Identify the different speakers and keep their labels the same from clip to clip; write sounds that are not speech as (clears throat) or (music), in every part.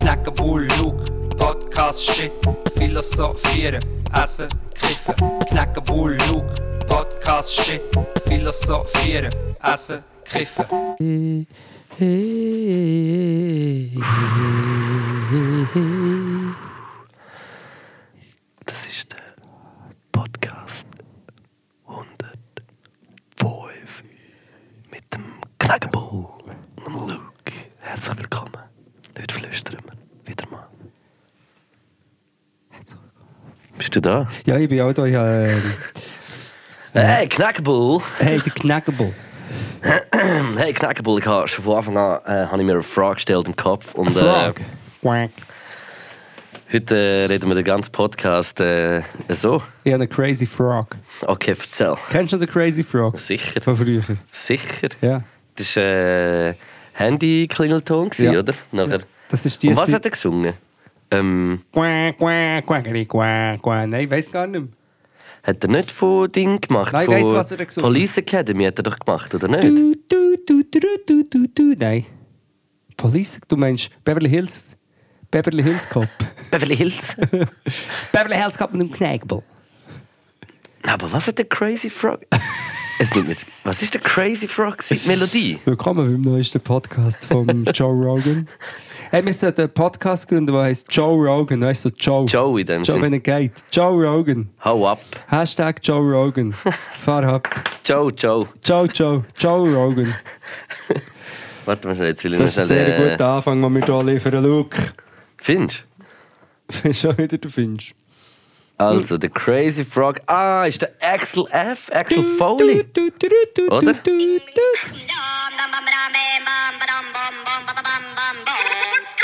Speaker 1: snacken, Bull, Luke, Podcast, Shit, philosophieren, essen, kiffen. Knacken, Bull, Luke, Podcast, Shit, philosophieren, essen, kiffen.
Speaker 2: Das ist der Podcast 105 mit dem Knackenbull und dem Luke. Herzlich willkommen. Heute flüstern wir wieder mal. Bist du da?
Speaker 3: Ja, ich bin auch da. Ich, äh,
Speaker 2: Hey, Knackenbull!
Speaker 3: hey, der Knackable.
Speaker 2: Hey, Knackenbull, ich habe schon von Anfang an äh, habe ich mir eine Frage gestellt im Kopf. Und, äh,
Speaker 3: Frog. Quack.
Speaker 2: heute äh, reden wir den ganzen Podcast äh, so.
Speaker 3: Ich habe einen Crazy Frog.
Speaker 2: Okay, erzähl.
Speaker 3: Kennst du den Crazy Frog?
Speaker 2: Sicher,
Speaker 3: Von früher.
Speaker 2: sicher.
Speaker 3: Ja.
Speaker 2: Das war äh, Handy-Klingelton, gewesen,
Speaker 3: Ja.
Speaker 2: oder? Nachher.
Speaker 3: Das ist die
Speaker 2: Und was
Speaker 3: Zeit-
Speaker 2: hat er gesungen? Ähm,
Speaker 3: Quack, quack, quackeri, quack, quack. Nein, ich weiß gar nicht mehr.
Speaker 2: hat er nicht von Ding gemacht?
Speaker 3: Nein, ich
Speaker 2: von
Speaker 3: weiss, was er gesungen hat. Mhm.
Speaker 2: Police Academy hat er doch gemacht, oder nicht?
Speaker 3: Du, du, du, du, du, du, du. Nein. Police, du meinst Beverly Hills. Beverly Hills Cop. (laughs)
Speaker 2: Beverly Hills.
Speaker 3: Beverly Hills Cop mit dem Knackable.
Speaker 2: Aber was hat der Crazy Frog... (laughs) es nimmt jetzt, was ist der Crazy Frog?
Speaker 3: (laughs)
Speaker 2: Die Melodie?
Speaker 3: Willkommen beim neuesten Podcast von Joe Rogan. Hey, wir sollten einen Podcast gründen, der heißt Joe Rogan. Weißt du, Joe.
Speaker 2: Joe in dem
Speaker 3: Joe, wenn
Speaker 2: Sinn.
Speaker 3: er geht. Joe Rogan.
Speaker 2: Hau ab.
Speaker 3: Hashtag Joe Rogan. Fahr ab.
Speaker 2: Joe, Joe.
Speaker 3: Joe, Joe. Joe Rogan.
Speaker 2: Warte mal schnell, jetzt will ich
Speaker 3: Das ist
Speaker 2: noch
Speaker 3: ein
Speaker 2: schnell... äh,
Speaker 3: sehr guter Anfang, den wir hier liefern. Luke.
Speaker 2: Findest
Speaker 3: Schon wieder du findest.
Speaker 2: Also, der Crazy Frog... Ah, ist der Axel F? Axel Foley? Oder?
Speaker 4: What's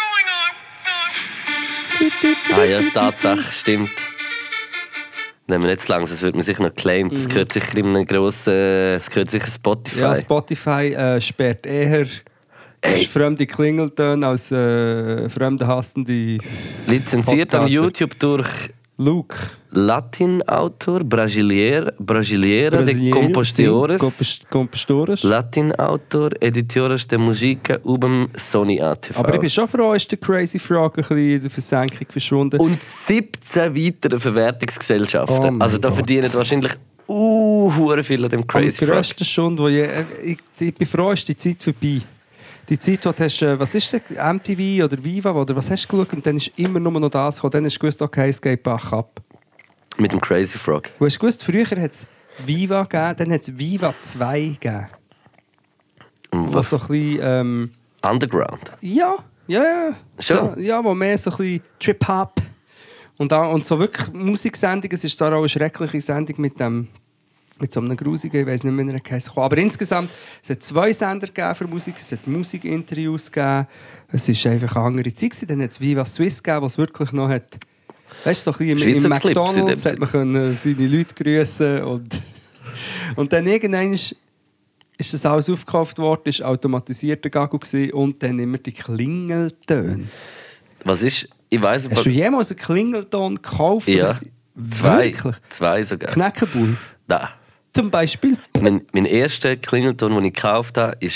Speaker 4: going on?
Speaker 2: Ah ja, Tatsache, stimmt. Nehmen wir nicht zu lang, sonst wird man sich noch claimt. Das gehört sicher in einem grossen... Das gehört sicher Spotify.
Speaker 3: Mhm. Ja, Spotify äh, sperrt eher fremde Klingeltöne als äh, fremde hassende
Speaker 2: Lizenziert an
Speaker 3: Podcaster.
Speaker 2: YouTube durch
Speaker 3: Luke.
Speaker 2: Latin-Autor, Brasilier, Brasiliera de
Speaker 3: Brasileiro,
Speaker 2: Compostores,
Speaker 3: Kompos- Compostores.
Speaker 2: Latin-Autor, Editores de Musica ubem Sony ATV.
Speaker 3: Aber ich bin schon froh, ist der Crazy Frog ein bisschen in der Versenkung verschwunden.
Speaker 2: Und 17 weitere
Speaker 3: Oh
Speaker 2: Verwertungsgesellschaften.
Speaker 3: mein
Speaker 2: also da
Speaker 3: Gott.
Speaker 2: verdienen wahrscheinlich uh, hure viel an dem Crazy
Speaker 3: Am
Speaker 2: Frog.
Speaker 3: grössten Schund, wo je, äh, ich, ich bin froh, ist die Zeit vorbei. Die Zeit, wo du hast, äh, was ist der MTV oder Viva oder was hast du geschaut und dann ist immer nur noch das gekommen. Dann hast du gewusst, okay, es geht Bach ab.
Speaker 2: Mit dem Crazy Frog.
Speaker 3: Du hast gewusst, früher hat es Viva gegeben, dann hat es Viva 2 gegeben.
Speaker 2: Und
Speaker 3: Was
Speaker 2: Was?
Speaker 3: so ein bisschen, ähm,
Speaker 2: Underground.
Speaker 3: ja, ja, ja.
Speaker 2: Schon?
Speaker 3: Ja, ja, wo mehr so ein bisschen Trip-Hop. Und, auch- und so wirklich Musiksendung, es ist zwar auch eine schreckliche Sendung mit dem mit so einem grusigen, ich weiß nicht mehr, wie er heisst. Aber insgesamt, es hat zwei Sender gegeben für Musik, es hat Musikinterviews gegeben, es ist einfach eine andere Zeit gewesen. Dann hat es Viva Swiss gegeben, was wirklich noch hat, weißt du, so ein bisschen im, im
Speaker 2: Schweizer Clips in dem
Speaker 3: McDonalds hat
Speaker 2: Sinn.
Speaker 3: man können seine Leute grüßen und, (laughs) und dann irgendwann ist, ist das alles aufgekauft worden, ist automatisierter Gago gewesen und dann immer die Klingeltöne.
Speaker 2: Was ist? Ich weiß
Speaker 3: Hast du jemals einen Klingelton gekauft?
Speaker 2: Ja.
Speaker 3: Oder-
Speaker 2: Zwei.
Speaker 3: Wirklich?
Speaker 2: Zwei sogar.
Speaker 3: Knäckebull.
Speaker 2: Nein.
Speaker 3: Zum Beispiel.
Speaker 2: Mein, mein erster Klingelton, den ich gekauft habe, war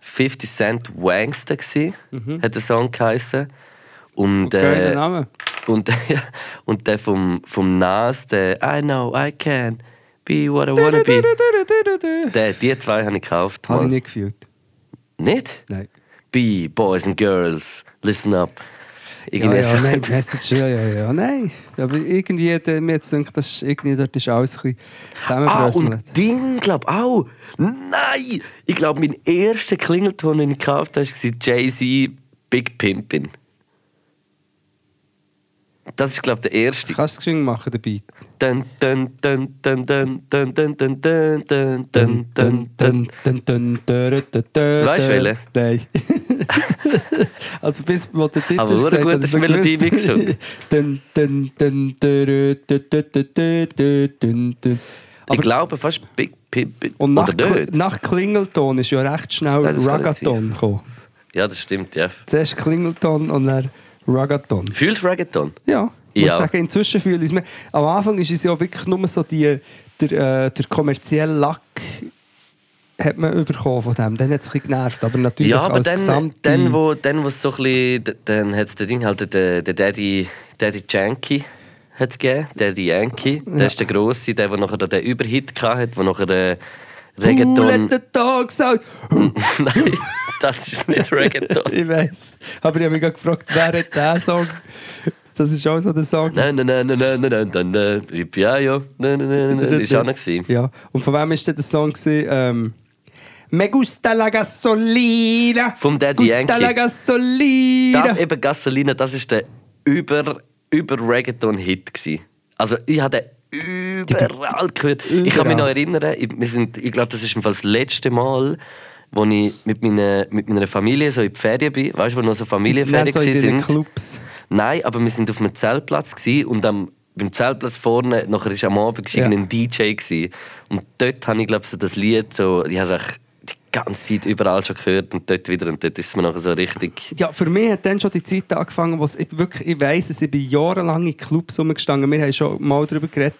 Speaker 2: 50 Cent Wangster. Mhm. Hat der Song geheißen. Und,
Speaker 3: Geiler
Speaker 2: äh,
Speaker 3: Name.
Speaker 2: und, (laughs) ja, und der vom, vom Nas, der I know I can be what I wanna be. Der, die zwei habe ich gekauft.
Speaker 3: Habe ich
Speaker 2: Mann.
Speaker 3: nicht gefühlt.
Speaker 2: Nicht?
Speaker 3: Nein.
Speaker 2: Be, Boys and Girls, listen up.
Speaker 3: Ja,
Speaker 2: Irgendwie
Speaker 3: ja,
Speaker 2: so- (laughs)
Speaker 3: nein, die Message, ja, ja, ja, nein. Aber irgendwie, der, mir denkt, das ist, irgendwie dort ist alles ein bisschen
Speaker 2: Ah,
Speaker 3: zusammengebröselt.
Speaker 2: und Ding, glaub auch. Nein! Ich glaube, mein erster Klingelton, den ich gekauft habe, war Jay-Z Big Pimpin. Das ist, glaube ich, der erste.
Speaker 3: Kannst du es geschwind machen, den Beat?
Speaker 2: Dun, dun, dun, dun, dun, dun, dun, dun, dun, dun, dun, dun, dun.
Speaker 3: Weißt
Speaker 2: Weißt du, welchen?
Speaker 3: (laughs) Nein. also bis wo der Titel
Speaker 2: Aber
Speaker 3: ist
Speaker 2: hure
Speaker 3: gesagt,
Speaker 2: gut,
Speaker 3: hat,
Speaker 2: das
Speaker 3: hat
Speaker 2: ist
Speaker 3: er
Speaker 2: Melodie
Speaker 3: gewusst.
Speaker 2: mitgesungen.
Speaker 3: (laughs) Dun, dun, dun, dun, dun, dun, dun, dun, dun, dun.
Speaker 2: Ich
Speaker 3: Aber-
Speaker 2: glaube fast Big Pimpin.
Speaker 3: Und nach,
Speaker 2: Oder nicht?
Speaker 3: Kli- nach Klingelton ist ja recht schnell
Speaker 2: Nein, das kann nicht
Speaker 3: Ragaton gekommen.
Speaker 2: Ja, das stimmt, ja.
Speaker 3: Zuerst Klingelton und dann Ragaton.
Speaker 2: Fühlst du Reggaeton?
Speaker 3: Ja, ich
Speaker 2: Ja.
Speaker 3: muss sagen, inzwischen fühle ich es mehr. Am Anfang ist es ja wirklich nur so die, der, äh, der kommerzielle Lack hat man bekommen von dem. Dann hat es ein bisschen genervt, aber natürlich
Speaker 2: Ja, aber
Speaker 3: als
Speaker 2: dann,
Speaker 3: Gesamte-
Speaker 2: dann, wo, dann, wo es so ein bisschen, dann hat es den Ding halt, der, der Daddy, Daddy Janky hat's gegeben, Daddy Yankee. Der ist der Grosse, der, der nachher den Überhit hatte, der nachher äh,
Speaker 3: Reggaeton.
Speaker 2: Reggaeton...
Speaker 3: den Tag gesagt.
Speaker 2: Nein, das ist nicht Reggaeton.
Speaker 3: Ich weiß. Aber ich habe mich gerade gefragt, wer hat diesen Song? Das ist auch so der Song.
Speaker 2: Nein, nein, nein, nein, nein, nein, nein, nein, Rip, ja, ja, nein, nein, nein, nein, das war auch noch. gewesen.
Speaker 3: Ja. Und von wem war denn der Song? gewesen? Ähm, Me gusta la gasolina.
Speaker 2: Vom Daddy
Speaker 3: gusta
Speaker 2: Yankee.
Speaker 3: la gasolina.
Speaker 2: Das eben Gasolina, das ist der über, über Reggaeton-Hit. gewesen. Also ich habe den überall gehört. Ich kann mich noch erinnern, ich, wir sind, ich glaube, das ist im Fall das letzte Mal, wo ich mit meiner, mit meiner Familie so in die Ferien bin. Weißt du, wo noch so Familienferien
Speaker 3: Nein, so in
Speaker 2: gewesen
Speaker 3: den
Speaker 2: sind?
Speaker 3: Clubs.
Speaker 2: Nein, aber wir sind auf einem Zeltplatz gewesen und am, beim Zeltplatz vorne, nachher ist am Abend
Speaker 3: Ja.
Speaker 2: ja. ein DJ gewesen. Und dort habe ich glaube so das Lied so, ich habe es echt die ganze Zeit überall schon gehört und dort wieder und dort ist es mir nachher so richtig.
Speaker 3: Ja, für mich hat dann schon die Zeit angefangen, wo es- ich wirklich, ich weiss es, ich bin jahrelang in Clubs rumgestanden, wir haben schon mal darüber geredet,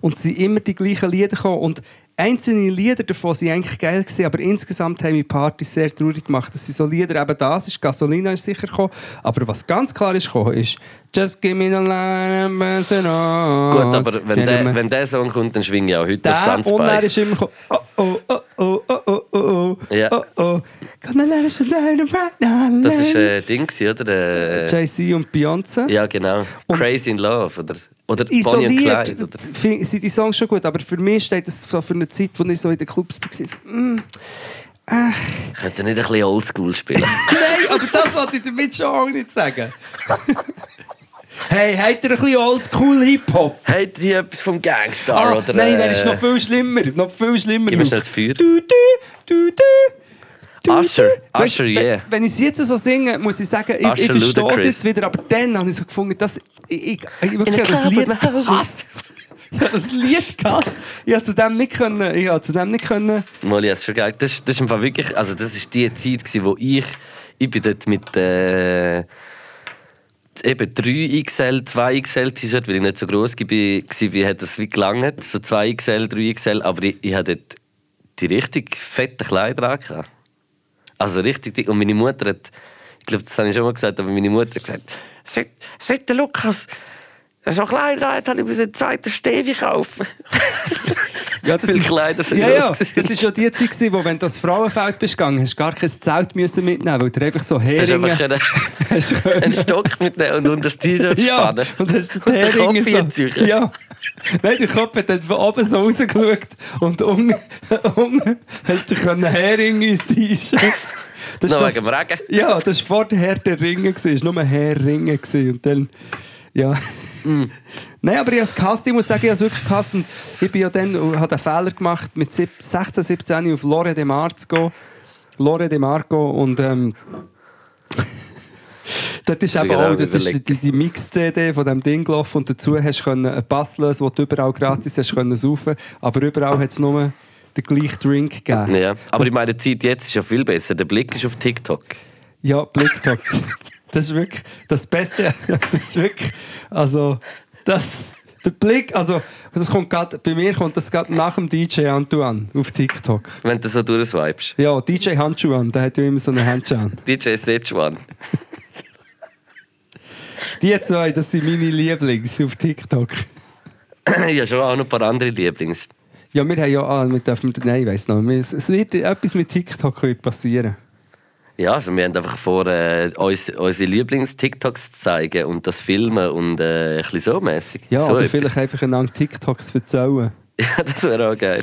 Speaker 3: und es sind immer die gleichen Lieder gekommen und einzelne Lieder davon sind eigentlich geil gewesen, aber insgesamt haben mich Partys sehr traurig gemacht. Das sind so Lieder, eben das ist, Gasolina ist sicher gekommen, aber was ganz klar ist gekommen, ist «Just give me the line and pass it on».
Speaker 2: Gut, aber wenn der,
Speaker 3: Gentlemen.
Speaker 2: wenn der Song kommt, dann schwinge ich auch heute das
Speaker 3: Der und er
Speaker 2: Tanzbein.
Speaker 3: ist immer gekommen, oh oh oh oh oh oh oh oh
Speaker 2: Ja.
Speaker 3: oh oh Gonna let us ride right now,
Speaker 2: Das ist
Speaker 3: let
Speaker 2: äh, Ding, gewesen, oder? Äh,
Speaker 3: Jay-Z und Beyoncé.
Speaker 2: ja, genau.
Speaker 3: Und-
Speaker 2: Crazy in Love, oder? Oder Bonnie and
Speaker 3: Isoliert
Speaker 2: Clyde, oder?
Speaker 3: fi- sind die Songs schon gut, aber für mich steht das so für eine Zeit, wo ich so in den Clubs war. so, mm.
Speaker 2: Könnt ihr nicht ein bisschen Oldschool spielen?
Speaker 3: (laughs) Nein, aber das wollte ich damit schon auch nicht sagen. (laughs) hey, habt ihr ein bisschen oldschool Hip-Hop?
Speaker 2: Habt ihr etwas vom Gangstar?
Speaker 3: Ah,
Speaker 2: oder,
Speaker 3: nein, nein,
Speaker 2: äh,
Speaker 3: das ist noch viel schlimmer. Noch viel schlimmer.
Speaker 2: Gib mir schnell das Feuer.
Speaker 3: Du, du, du, du. du,
Speaker 2: Usher,
Speaker 3: du.
Speaker 2: Usher,
Speaker 3: Weisst, wenn-
Speaker 2: yeah.
Speaker 3: Wenn ich es jetzt so singe, muss ich sagen, ich, ich
Speaker 2: Usher,
Speaker 3: verstehe es
Speaker 2: Ludacris.
Speaker 3: jetzt wieder, aber dann habe ich so gefunden, dass ich, ich, ich wirklich habe das Lied gehasst. Ich habe das Lied gehasst. Ich habe zu dem nicht können, ich habe zu dem nicht können.
Speaker 2: Mal, ich hab's schon geil. Das, das ist im Fall wirklich, also das ist die Zeit gewesen, wo ich, ich bin dort mit äh, eben 3 XL, 2 XL T-Shirt, weil ich nicht so gross war, war hat das wie gelangt, so 2 XL, 3 XL, aber ich, ich hatte dort die richtig fetten Kleider an. Also richtig dick. Und meine Mutter hat, ich glaube, das habe ich schon mal gesagt, aber meine Mutter hat gesagt, seit, seit der Lukas so Kleider hat, habe ich mir einen zweiten Stevie kaufen.
Speaker 3: Ja, das
Speaker 2: Viele Kleider sind
Speaker 3: ja, ja,
Speaker 2: los gewesen.
Speaker 3: das ist ja die Zeit, gewesen, wo wenn du aufs Frauenfeld bist gegangen, hast du gar kein Zelt müssen mitnehmen, weil du einfach so
Speaker 2: Hast
Speaker 3: Heringe...
Speaker 2: einfach können-
Speaker 3: (laughs) Hast können-
Speaker 2: einen Stock mitnehmen und unter das T-Shirt
Speaker 3: Ja,
Speaker 2: spannen.
Speaker 3: und hast du
Speaker 2: Und den Kopf
Speaker 3: Heringe so,
Speaker 2: einziehen.
Speaker 3: Ja. Nein, der Kopf hat dann von oben so rausgeschaut und unten, (laughs) unten hast du können Heringe ins T-Shirt. Das ist
Speaker 2: Noch
Speaker 3: noch-
Speaker 2: wegen dem Regen.
Speaker 3: Ja, das war vor der Herr der Ringe, gewesen, es war nur Herr Ringe. gewesen Und dann, ja. Nein, aber ich habe es gehasst, ich muss sagen, ich habe es wirklich gehasst. Und ich bin ja dann, habe den Fehler gemacht, mit sieb- 16, 17 auf Lore de Mar zu gehen. Lore de Marco und ähm, (laughs) dort ist eben
Speaker 2: genau
Speaker 3: auch das ist
Speaker 2: überlegt.
Speaker 3: die, die Mix-CD von dem Ding gelaufen und dazu hast du können einen Pass lösen, wo du überall gratis hast können saufen, aber überall hat es nur den gleichen Drink gegeben.
Speaker 2: Ja. Aber in meiner Zeit jetzt ist ja viel besser. Der Blick ist auf TikTok.
Speaker 3: Ja,
Speaker 2: (laughs)
Speaker 3: BlickTok. Das ist wirklich das Beste. (laughs) Das ist wirklich, also, das, der Blick, also, das kommt grad, bei mir kommt das gerade nach dem DJ Antoine auf TikTok.
Speaker 2: Wenn du so durchswipest.
Speaker 3: Ja, DJ Handschuhe an, der hat ja immer so eine Handschuhe an.
Speaker 2: DJ Sechuan.
Speaker 3: Die zwei, das sind meine Lieblings auf TikTok.
Speaker 2: (clears throat) ich habe schon auch noch ein paar andere Lieblings.
Speaker 3: Ja, wir haben ja, ah, wir dürfen, nein, ich weiss noch, wir- es wird, etwas mit TikTok wird passieren.
Speaker 2: Ja, also wir haben einfach vor, äh, uns, unsere Lieblings-TikToks zu zeigen und das filmen und äh, ein bisschen so mäßig.
Speaker 3: Ja,
Speaker 2: so
Speaker 3: oder
Speaker 2: etwas.
Speaker 3: vielleicht einfach einander TikToks erzählen.
Speaker 2: (laughs) Ja, das wäre auch geil.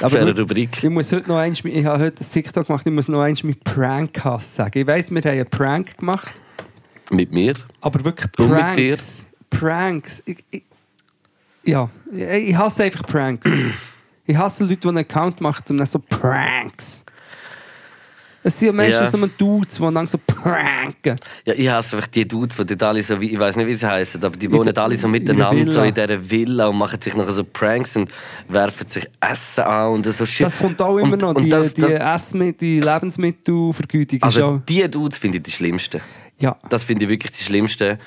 Speaker 3: Aber
Speaker 2: Das wäre eine
Speaker 3: gut,
Speaker 2: Rubrik.
Speaker 3: Ich muss heute noch eins, ich habe heute ein TikTok gemacht, ich muss noch eins mit Prankcast sagen. Ich weiss, wir haben einen Prank gemacht,
Speaker 2: Mit mir.
Speaker 3: aber wirklich
Speaker 2: Und mit
Speaker 3: Pranks. Pranks. Ich, ich, ja, ich ich hasse einfach Pranks. (clears throat) ich hasse Leute, die einen Account machen, um dann so Pranks. Es sind ja meistens
Speaker 2: Ja.
Speaker 3: nur Dudes, die dann so pranken.
Speaker 2: Ja, ich hasse einfach die Dudes, die dort alle so, wie- ich weiß nicht, wie sie heißen, aber die
Speaker 3: der-
Speaker 2: wohnen alle so
Speaker 3: in der
Speaker 2: miteinander so
Speaker 3: Villa.
Speaker 2: in dieser Villa und machen sich nachher so Pranks und werfen sich Essen an und so Shit.
Speaker 3: Das kommt auch immer
Speaker 2: Und-
Speaker 3: noch.
Speaker 2: und
Speaker 3: Die,
Speaker 2: das-
Speaker 3: die,
Speaker 2: das-
Speaker 3: Essmi- die Lebensmittelvergütung ist
Speaker 2: Also
Speaker 3: ja...
Speaker 2: die Dudes finde ich die schlimmsten.
Speaker 3: Ja.
Speaker 2: Das finde ich wirklich die schlimmsten.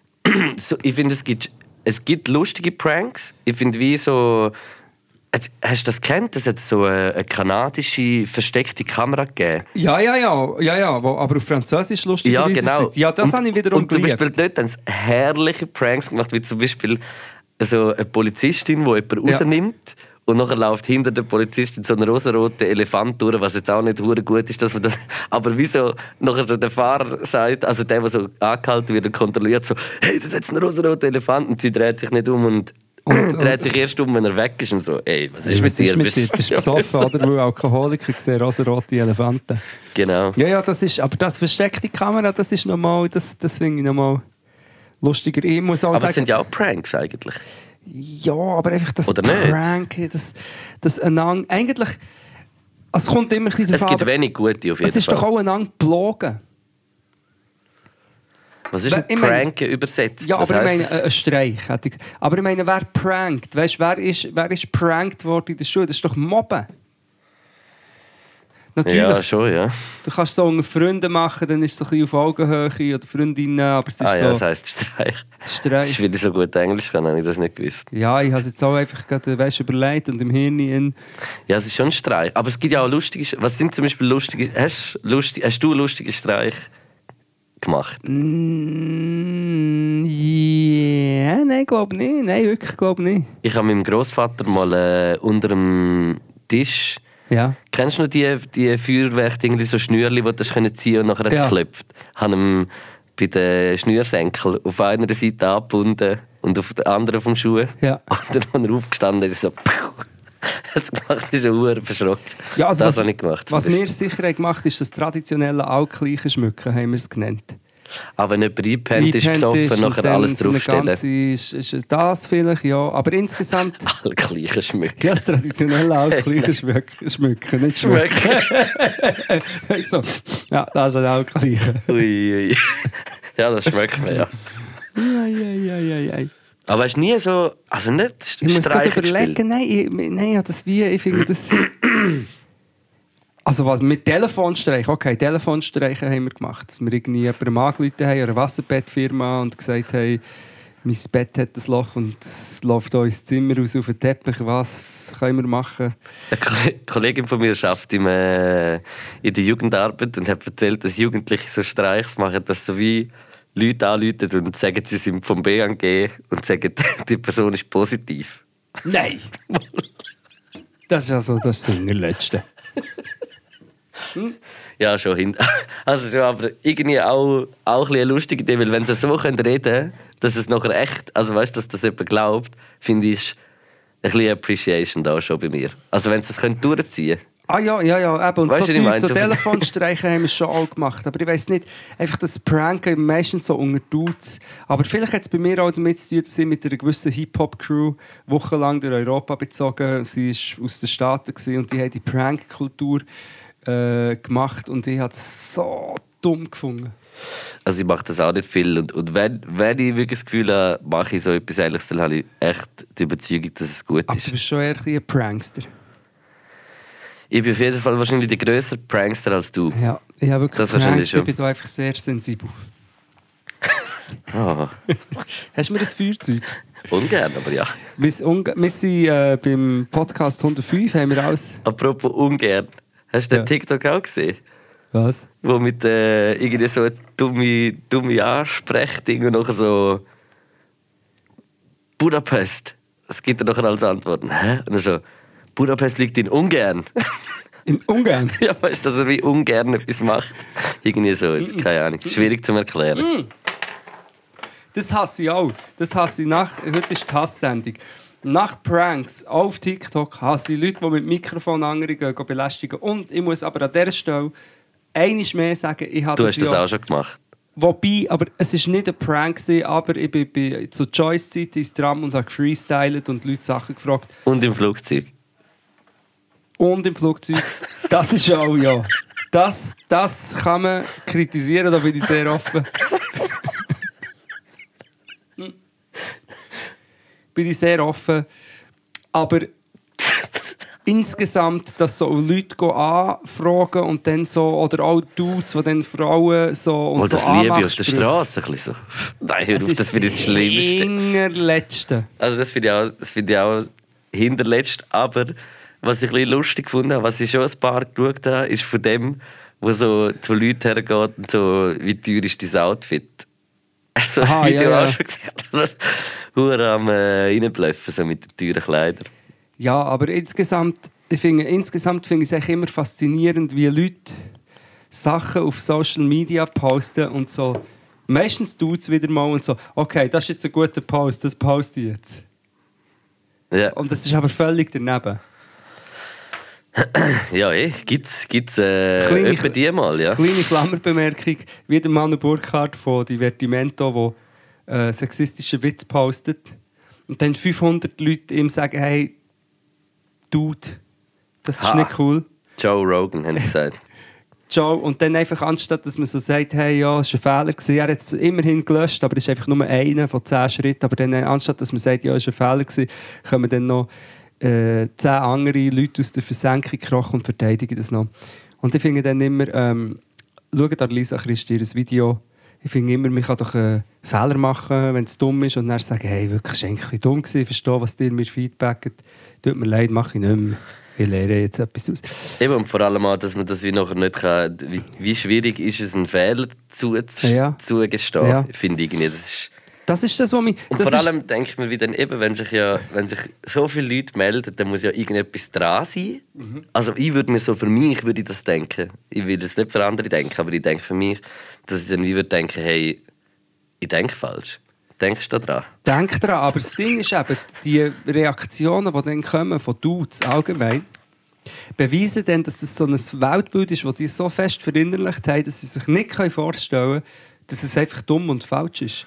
Speaker 2: (clears throat) so, ich finde, es gibt, es gibt lustige Pranks. Ich finde, wie so Jetzt, Hast du das kennt? Es hat so äh, eine, eine kanadische versteckte Kamera gegeben.
Speaker 3: Ja, ja, ja, ja, ja, wo, aber auf Französisch lustig
Speaker 2: Ja, genau.
Speaker 3: Ja, das
Speaker 2: Und-
Speaker 3: habe ich wiederum
Speaker 2: Und zum
Speaker 3: geliebt.
Speaker 2: Beispiel dort haben sie herrliche Pranks gemacht, wie zum Beispiel so eine Polizistin, die jemanden
Speaker 3: Ja.
Speaker 2: rausnimmt. Und nachher läuft hinter der Polizistin so ein rosaroter Elefant durch, was jetzt auch nicht hure gut ist, dass man das. (laughs) Aber wieso nachher so der Fahrer sagt, also der, der so angehalten wird und kontrolliert, so, hey, das ist jetzt ein rosaroter Elefant. Und sie dreht sich nicht um und, (clears throat)
Speaker 3: Und-
Speaker 2: dreht sich erst um, wenn er weg ist und so, ey, was ist
Speaker 3: Was
Speaker 2: mit dir?
Speaker 3: Bist
Speaker 2: (laughs)
Speaker 3: du bist besoffen, oder? Weil Alkoholiker sehen rosarote Elefanten.
Speaker 2: Genau.
Speaker 3: Ja, ja, das ist, aber das versteckte Kamera, das ist nochmal, das, das finde ich nochmal lustiger. Ich muss auch
Speaker 2: Aber es
Speaker 3: sagen,
Speaker 2: sind ja auch Pranks eigentlich.
Speaker 3: ja, aber einfach das
Speaker 2: Oder nicht?
Speaker 3: Prank, das, das einander, eigentlich, es kommt immer ein bisschen
Speaker 2: Es
Speaker 3: drauf
Speaker 2: gibt
Speaker 3: an, aber
Speaker 2: wenig gute auf jeden
Speaker 3: es ist
Speaker 2: Fall.
Speaker 3: doch auch einander belogen.
Speaker 2: Was ist
Speaker 3: Weil,
Speaker 2: ein
Speaker 3: ich meine-
Speaker 2: Prank übersetzt?
Speaker 3: Ja,
Speaker 2: Was
Speaker 3: aber ich meine,
Speaker 2: heisst
Speaker 3: äh,
Speaker 2: das?
Speaker 3: ein Streich. hätte ich- Aber ich meine, wer prankt? Weißt, wer ist, wer ist prankt worden in der Schule? Das ist doch Mobben. äh, Natürlich.
Speaker 2: Ja, schon, ja.
Speaker 3: Du kannst so unter Freunden machen, dann ist es so ein bisschen auf Augenhöhe oder Freundinnen, aber es ist
Speaker 2: Ah ja, das
Speaker 3: so
Speaker 2: heisst Streich. Das ist,
Speaker 3: Streich.
Speaker 2: weil ich so gut Englisch kann, habe ich das nicht gewusst.
Speaker 3: Ja, ich habe es jetzt auch einfach gerade weißt, überlegt und im Hirn in.
Speaker 2: Ja, es ist schon ein Streich. Aber es gibt ja auch lustige... Sch- Was sind zum Beispiel lustige... Hast, lustig, hast du lustige Streich gemacht?
Speaker 3: Mm, yeah, nein, glaube nicht. Nein, wirklich glaube nicht.
Speaker 2: Ich habe meinem Großvater mal äh, unter dem Tisch...
Speaker 3: Ja.
Speaker 2: Kennst du noch die, die Feuerwerk, irgendwie so Schnürli, die das können ziehen und nachher hat es
Speaker 3: Ja.
Speaker 2: geklopft? Habe ihm bei den Schnürsenkel auf einer Seite angebunden und auf der anderen vom Schuh.
Speaker 3: Ja.
Speaker 2: Und dann, als er aufgestanden ist, so... Hat gemacht, ist er verschrocken.
Speaker 3: Ja, also
Speaker 2: das
Speaker 3: was,
Speaker 2: habe ich gemacht.
Speaker 3: was
Speaker 2: Das ist-
Speaker 3: wir sicher haben gemacht ist das traditionelle Altkleichen schmücken, haben wir es genannt.
Speaker 2: Aber wenn jemand einpennt, ist besoffen,
Speaker 3: und
Speaker 2: nachher
Speaker 3: dann
Speaker 2: alles
Speaker 3: so eine
Speaker 2: draufstellen.
Speaker 3: ganze- Ist, ist das vielleicht, ja. Aber insgesamt,
Speaker 2: (laughs) Alle gleichen Schmücken.
Speaker 3: ja, das traditionelle Altkleichen schmücken, schmücken, nicht schmücken. (laughs)
Speaker 2: (laughs)
Speaker 3: so. Ja, das ist ein Altkleichen.
Speaker 2: Uiui. Ja, das schmeckt mir, ja.
Speaker 3: Eieieiei.
Speaker 2: Aber hast du nie so, also nicht
Speaker 3: Ich muss gerade
Speaker 2: Streiche gespielt?
Speaker 3: überlegen, nein, ich, nein, ja, das wie, ich finde das... Also was, mit Telefonstreichen, okay, Telefonstreichen haben wir gemacht, dass wir irgendwie jemandem angerufen haben, eine Wasserbettfirma und gesagt haben, mein Bett hat ein Loch und es läuft auch ins Zimmer raus auf den Teppich, was können wir machen?
Speaker 2: Eine Ko- Kollegin von mir arbeitet im, äh, in der Jugendarbeit und hat erzählt, dass Jugendliche so Streichs machen, dass so wie Leute anrufen und sagen, sie sind vom BNG und sagen, (laughs) die Person ist positiv.
Speaker 3: Nein! Das ist also das Singerletzte.
Speaker 2: Ja, schon hin. (laughs) Also schon, aber irgendwie auch, auch ein bisschen eine lustige Idee, weil wenn sie so können reden dass es nachher echt, also weißt du, dass das jemand glaubt, finde ich ein bisschen Appreciation da schon bei mir. Also wenn sie es können durchziehen können.
Speaker 3: Ah ja, ja, ja, eben. Und
Speaker 2: Weißt
Speaker 3: so, Zeug,
Speaker 2: du, was ich meine?
Speaker 3: so
Speaker 2: So von-
Speaker 3: Telefonstreichen haben wir schon auch gemacht. Aber ich weiss nicht, einfach das Pranken meistens so unter Dudes. Aber vielleicht hat es bei mir auch damit zu tun, dass ich mit einer gewissen Hip-Hop-Crew wochenlang durch Europa bezogen Sie war aus den Staaten gewesen und die haben die Prank-Kultur äh, gemacht und ich habe es so dumm gefunden.
Speaker 2: Also ich mache das auch nicht viel. Und, und wenn, wenn ich wirklich das Gefühl habe, mache ich so etwas Ähnliches, dann habe ich echt die Überzeugung, dass es gut
Speaker 3: Aber
Speaker 2: ist.
Speaker 3: du bist schon eher ein bisschen ein Prankster.
Speaker 2: Ich bin auf jeden Fall wahrscheinlich der größere Prankster als du.
Speaker 3: Ja, ich habe wirklich
Speaker 2: Das
Speaker 3: Pranks,
Speaker 2: wahrscheinlich
Speaker 3: ich
Speaker 2: schon.
Speaker 3: bin da einfach sehr sensibel.
Speaker 2: Ah,
Speaker 3: Hast du mir ein Feuerzeug?
Speaker 2: ungern, aber ja.
Speaker 3: Wir sind, wir sind äh, beim Podcast 105, haben wir alles...
Speaker 2: Apropos ungern. Hast du
Speaker 3: Ja.
Speaker 2: den TikTok auch gesehen?
Speaker 3: Was?
Speaker 2: wo mit äh, irgendwie so eine dumme, dumme Ansprechding und nachher so Budapest. Es gibt dann nachher als Antworten. Hä? Und dann so, Budapest liegt in Ungarn. (laughs)
Speaker 3: In Ungarn?
Speaker 2: ja, weißt du, dass er wie Ungarn etwas macht? Irgendwie so, jetzt, keine Ahnung. Schwierig zu
Speaker 3: Mm,
Speaker 2: erklären.
Speaker 3: Das hasse ich auch. Das hasse ich nach... Heute ist die Hasssendung. Nach Pranks auf TikTok hasse ich Leute, die mit Mikrofon andere gehen, gehen belästigen. Und ich muss aber an dieser Stelle einiges mehr sagen. Ich habe
Speaker 2: Du hast das
Speaker 3: ja-
Speaker 2: auch schon gemacht.
Speaker 3: Wobei, aber es war nicht ein Prank, gewesen, aber ich bin, bin zur Choice-Zeit ins Tram und habe gefreestylt und Leute Sachen gefragt.
Speaker 2: Und im Flugzeug.
Speaker 3: und im Flugzeug. Das ist auch, ja. Das, das kann man kritisieren, da bin ich sehr offen. bin ich sehr offen. Aber insgesamt, dass so Leute go anfragen und dann so, oder auch Dudes, die dann Frauen so und
Speaker 2: Weil
Speaker 3: so
Speaker 2: das Liebe auf der
Speaker 3: Anmachsprüche.
Speaker 2: Straße ein bisschen so. (laughs) Nein, hör auf, das
Speaker 3: ist
Speaker 2: finde ich das Schlimmste.
Speaker 3: Innerletzte.
Speaker 2: Also das finde ich auch, das finde ich auch hinterletzt. Aber was ich ein bisschen lustig gefunden habe, was ich schon ein paar geschaut habe, ist von dem, wo so zu Leuten hergeht und so, wie teuer ist dein Outfit? (laughs) So
Speaker 3: Aha,
Speaker 2: ein Video
Speaker 3: ja, ja.
Speaker 2: auch schon gesehen. Hure am äh, reinbluffen, so mit den teuren Kleidern.
Speaker 3: Ja, aber insgesamt, ich finde, insgesamt finde ich es eigentlich immer faszinierend, wie Leute Sachen auf Social Media posten und so. Meistens tut es wieder mal und so, okay, das ist jetzt ein guter Post, das poste ich jetzt.
Speaker 2: Ja,
Speaker 3: Und das ist aber völlig daneben.
Speaker 2: ja eh, gibt's, gibt's äh,
Speaker 3: Kleine-
Speaker 2: etwa die mal, ja.
Speaker 3: Kleine Klammerbemerkung, wie der Manu Burkhardt von Divertimento, der äh, sexistischen Witz postet. Und dann 500 Leute ihm sagen, hey, Dude, das ist
Speaker 2: Ha.
Speaker 3: nicht cool.
Speaker 2: Joe Rogan, haben sie
Speaker 3: (laughs)
Speaker 2: gesagt.
Speaker 3: Ciao. Und dann einfach, anstatt dass man so sagt, hey, ja, es war ein Fehler, gewesen. er hat es immerhin gelöscht, aber es ist einfach nur einer von zehn Schritten. Aber dann, äh, anstatt dass man sagt, ja, es war ein Fehler, gewesen, kommen dann noch äh, zehn andere Leute aus der Versenkung krochen und verteidigen das noch. Und ich finde dann immer, ähm, schaut an Lisa Christ ihr Video, ich finde immer, man kann doch äh, Fehler machen, wenn es dumm ist, und dann sagen, hey, wirklich, es war eigentlich ein bisschen dumm, gewesen, ich verstehe, was dir mir feedbacket. Tut mir leid, mache ich nicht mehr. Ich lehre jetzt etwas aus.
Speaker 2: Eben, und vor allem auch, dass man das wie nachher nicht kann. Wie, wie schwierig ist es, einen Fehler zu, zu,
Speaker 3: Ja.
Speaker 2: zugestehen?
Speaker 3: Ja.
Speaker 2: Finde ich irgendwie. Das ist,
Speaker 3: Das ist das, was mich...
Speaker 2: und
Speaker 3: das
Speaker 2: vor
Speaker 3: ist,
Speaker 2: allem denke ich mir wieder, eben, wenn sich ja wenn sich so viele Leute melden, dann muss ja irgendetwas dran sein.
Speaker 3: Mhm.
Speaker 2: Also ich würde mir so für mich würde ich das denken. Ich will jetzt nicht für andere denken, aber ich denke für mich, dass ich dann wie würde denken, hey, ich denke falsch. Denkst du da dran?
Speaker 3: Denk dran, aber das Ding ist eben, die Reaktionen, die dann kommen von Dudes allgemein, beweisen dann, dass es so ein Weltbild ist, das die so fest verinnerlicht haben, dass sie sich nicht können vorstellen können, dass es einfach dumm und falsch ist.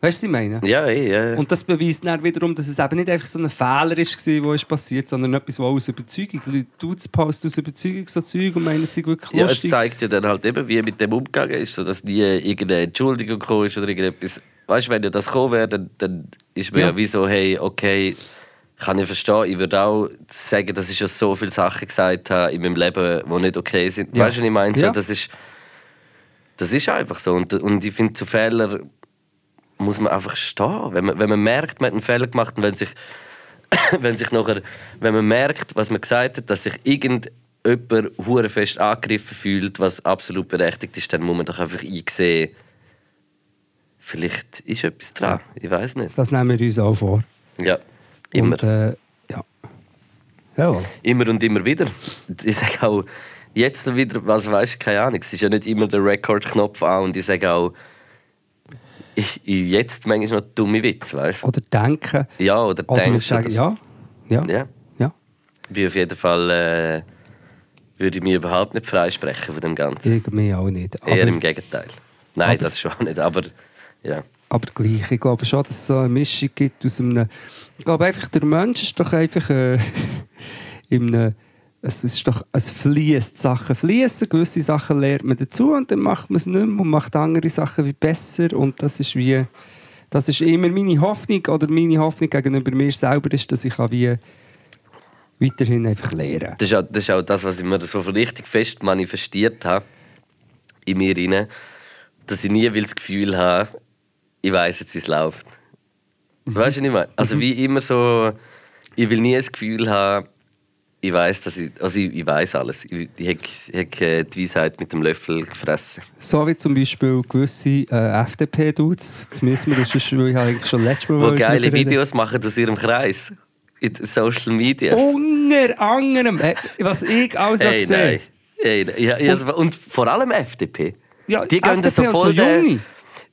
Speaker 3: Weißt du, was ich meine?
Speaker 2: Ja, eh, ja.
Speaker 3: Und das beweist dann wiederum, dass es eben nicht einfach so ein Fehler ist, gewesen, wo ist passiert, sondern etwas, was aus Überzeugung, Die Dudes posten aus Überzeugung so Zeug und meinen, es sei wirklich
Speaker 2: Ja, es
Speaker 3: lustig.
Speaker 2: zeigt ja dann halt eben, wie mit dem umgegangen ist, sodass nie irgendeine Entschuldigung gekommen ist oder irgendetwas. Weißt du, wenn ja das gekommen wäre, dann, dann ist mir
Speaker 3: Ja.
Speaker 2: ja. wie so, hey, okay, kann ich verstehen. Ich würde auch sagen, dass ich schon so viele Sachen gesagt habe in meinem Leben, die nicht okay sind.
Speaker 3: Ja.
Speaker 2: Weißt du, was ich meine? So,
Speaker 3: Ja.
Speaker 2: das, ist, das ist einfach so. Und, und ich finde, zu Fehlern muss man einfach stehen. Wenn man, wenn man merkt, man hat einen Fehler gemacht und wenn sich, (laughs) wenn sich nachher, wenn man merkt, was man gesagt hat, dass sich irgendjemand hure fest angegriffen fühlt, was absolut berechtigt ist, dann muss man doch einfach einsehen, vielleicht ist etwas dran. Ich weiß nicht.
Speaker 3: Das nehmen wir uns auch vor.
Speaker 2: Ja, immer.
Speaker 3: Und, äh, ja. Jawohl.
Speaker 2: Immer und immer wieder. Ich sage auch, jetzt noch wieder, also weißt du, keine Ahnung, es ist ja nicht immer der Rekordknopf an und ich sage auch, ich, ich jetzt manchmal noch dumme Witze, weißt du?
Speaker 3: Oder denken.
Speaker 2: Ja, oder
Speaker 3: Oder man muss
Speaker 2: denkst du.
Speaker 3: sagen,
Speaker 2: das-
Speaker 3: ja, ja, ja.
Speaker 2: Ja. Ich bin auf jeden Fall äh, würde ich mich überhaupt nicht freisprechen von dem Ganzen.
Speaker 3: Irgendwie auch nicht.
Speaker 2: Eher
Speaker 3: Aber,
Speaker 2: im Gegenteil. Nein, das schon nicht. Aber ja.
Speaker 3: aber gleich, ich glaube schon, dass es so eine Mischung gibt aus einem... Ich glaube einfach, der Mensch ist doch einfach äh, (laughs) in eh, einem... Es ist doch, es fließt Sachen fließen, gewisse Sachen lernt man dazu und dann macht man es nicht mehr und macht andere Sachen wie besser und das ist wie, das ist immer meine Hoffnung oder meine Hoffnung gegenüber mir selber ist, dass ich kann wie weiterhin einfach lernen.
Speaker 2: Das ist, auch, das ist auch das, was ich mir so richtig fest manifestiert habe in mir rein, dass ich nie will das Gefühl habe, ich weiß jetzt, wie es läuft. Weißt du nicht mehr? Also wie immer so, ich will nie das Gefühl haben, ich weiß, dass ich, also ich, ich weiß alles. Ich, ich habe hab äh, die Weisheit mit dem Löffel gefressen.
Speaker 3: So wie zum Beispiel gewisse äh, FDP-Dudes. Das müssen wir, sonst weil ich habe eigentlich schon letztes Mal...
Speaker 2: Wo
Speaker 3: darüber
Speaker 2: geile
Speaker 3: reden.
Speaker 2: Videos machen aus ihrem Kreis. In den Social Media.
Speaker 3: Unter anderem, äh, was Oh, ich auch so
Speaker 2: Ey,
Speaker 3: sehe.
Speaker 2: nein. Ey, nein. ja, ja, und, und vor allem FDP.
Speaker 3: Ja,
Speaker 2: die gehen das so
Speaker 3: FDP und
Speaker 2: voll
Speaker 3: so Junge.
Speaker 2: den,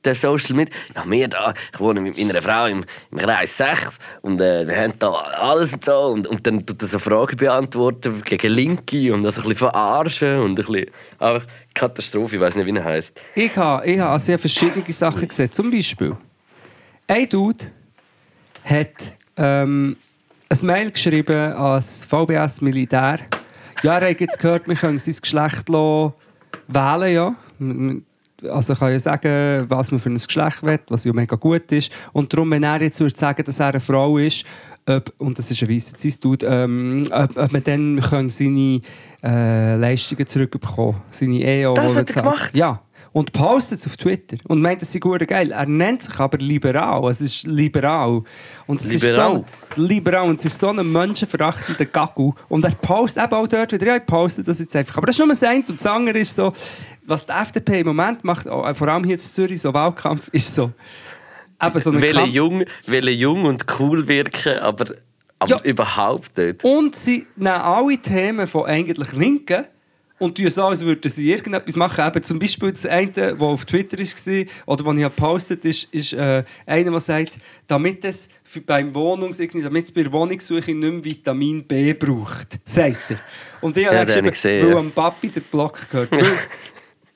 Speaker 2: den Social Media. Ja, wir da, ich wohne mit meiner Frau im, im Kreis 6 und äh, wir haben da alles und so. Und, und dann tut er so Fragen beantworten gegen Linke und das ein bisschen verarschen und ein bisschen. Einfach Katastrophe, ich weiß nicht, wie er heißt.
Speaker 3: Ich habe, ich habe also ich habe verschiedene Sachen gesehen. Zum Beispiel, ein Dude hat ähm, ein Mail geschrieben als VBS Militär. Ja, er hat jetzt gehört, wir können sein Geschlecht lassen wählen, ja. M- m- Also ich kann ja sagen, was man für ein Geschlecht will, was ja mega gut ist. Und darum, wenn er jetzt würde sagen, dass er eine Frau ist, ob, und das ist ein weißer cis Dude, ähm, ob, ob man dann können seine äh, Leistungen zurückbekommen seine EO.
Speaker 2: Das
Speaker 3: die er
Speaker 2: hat er
Speaker 3: zahlt.
Speaker 2: gemacht?
Speaker 3: Ja. und postet es auf Twitter und meint, das sei gut geil. Er nennt sich aber liberal. Es ist liberal. Und es
Speaker 2: Liberal?
Speaker 3: Ist so ein, liberal. Und es ist so ein menschenverachtender Gaggu. Und er postet eben auch dort wieder. Ja, ich poste das jetzt einfach. Aber das ist nur das eine und das andere ist so, was die FDP im Moment macht, auch- vor allem hier in Zürich, so Wahlkampf, ist so. Eben so ein
Speaker 2: Wille
Speaker 3: Kampf-
Speaker 2: jung, wille jung und cool wirken, aber, aber
Speaker 3: Ja.
Speaker 2: überhaupt nicht.
Speaker 3: Und sie nehmen alle Themen von eigentlich Linken und tun so, als würden sie irgendetwas machen. Eben zum Beispiel das eine, das auf Twitter war oder was ich habe gepostet habe, ist, ist äh, einer, der sagt, damit es für, beim Wohnungs irgendwie- damit es bei der Wohnungssuche nicht mehr Vitamin B braucht, sagt er. Und ich habe
Speaker 2: Ja,
Speaker 3: dann
Speaker 2: den habe ich
Speaker 3: geschrieben,
Speaker 2: gesehen,
Speaker 3: weil
Speaker 2: ja.
Speaker 3: am Papi der Block gehört.
Speaker 2: (laughs)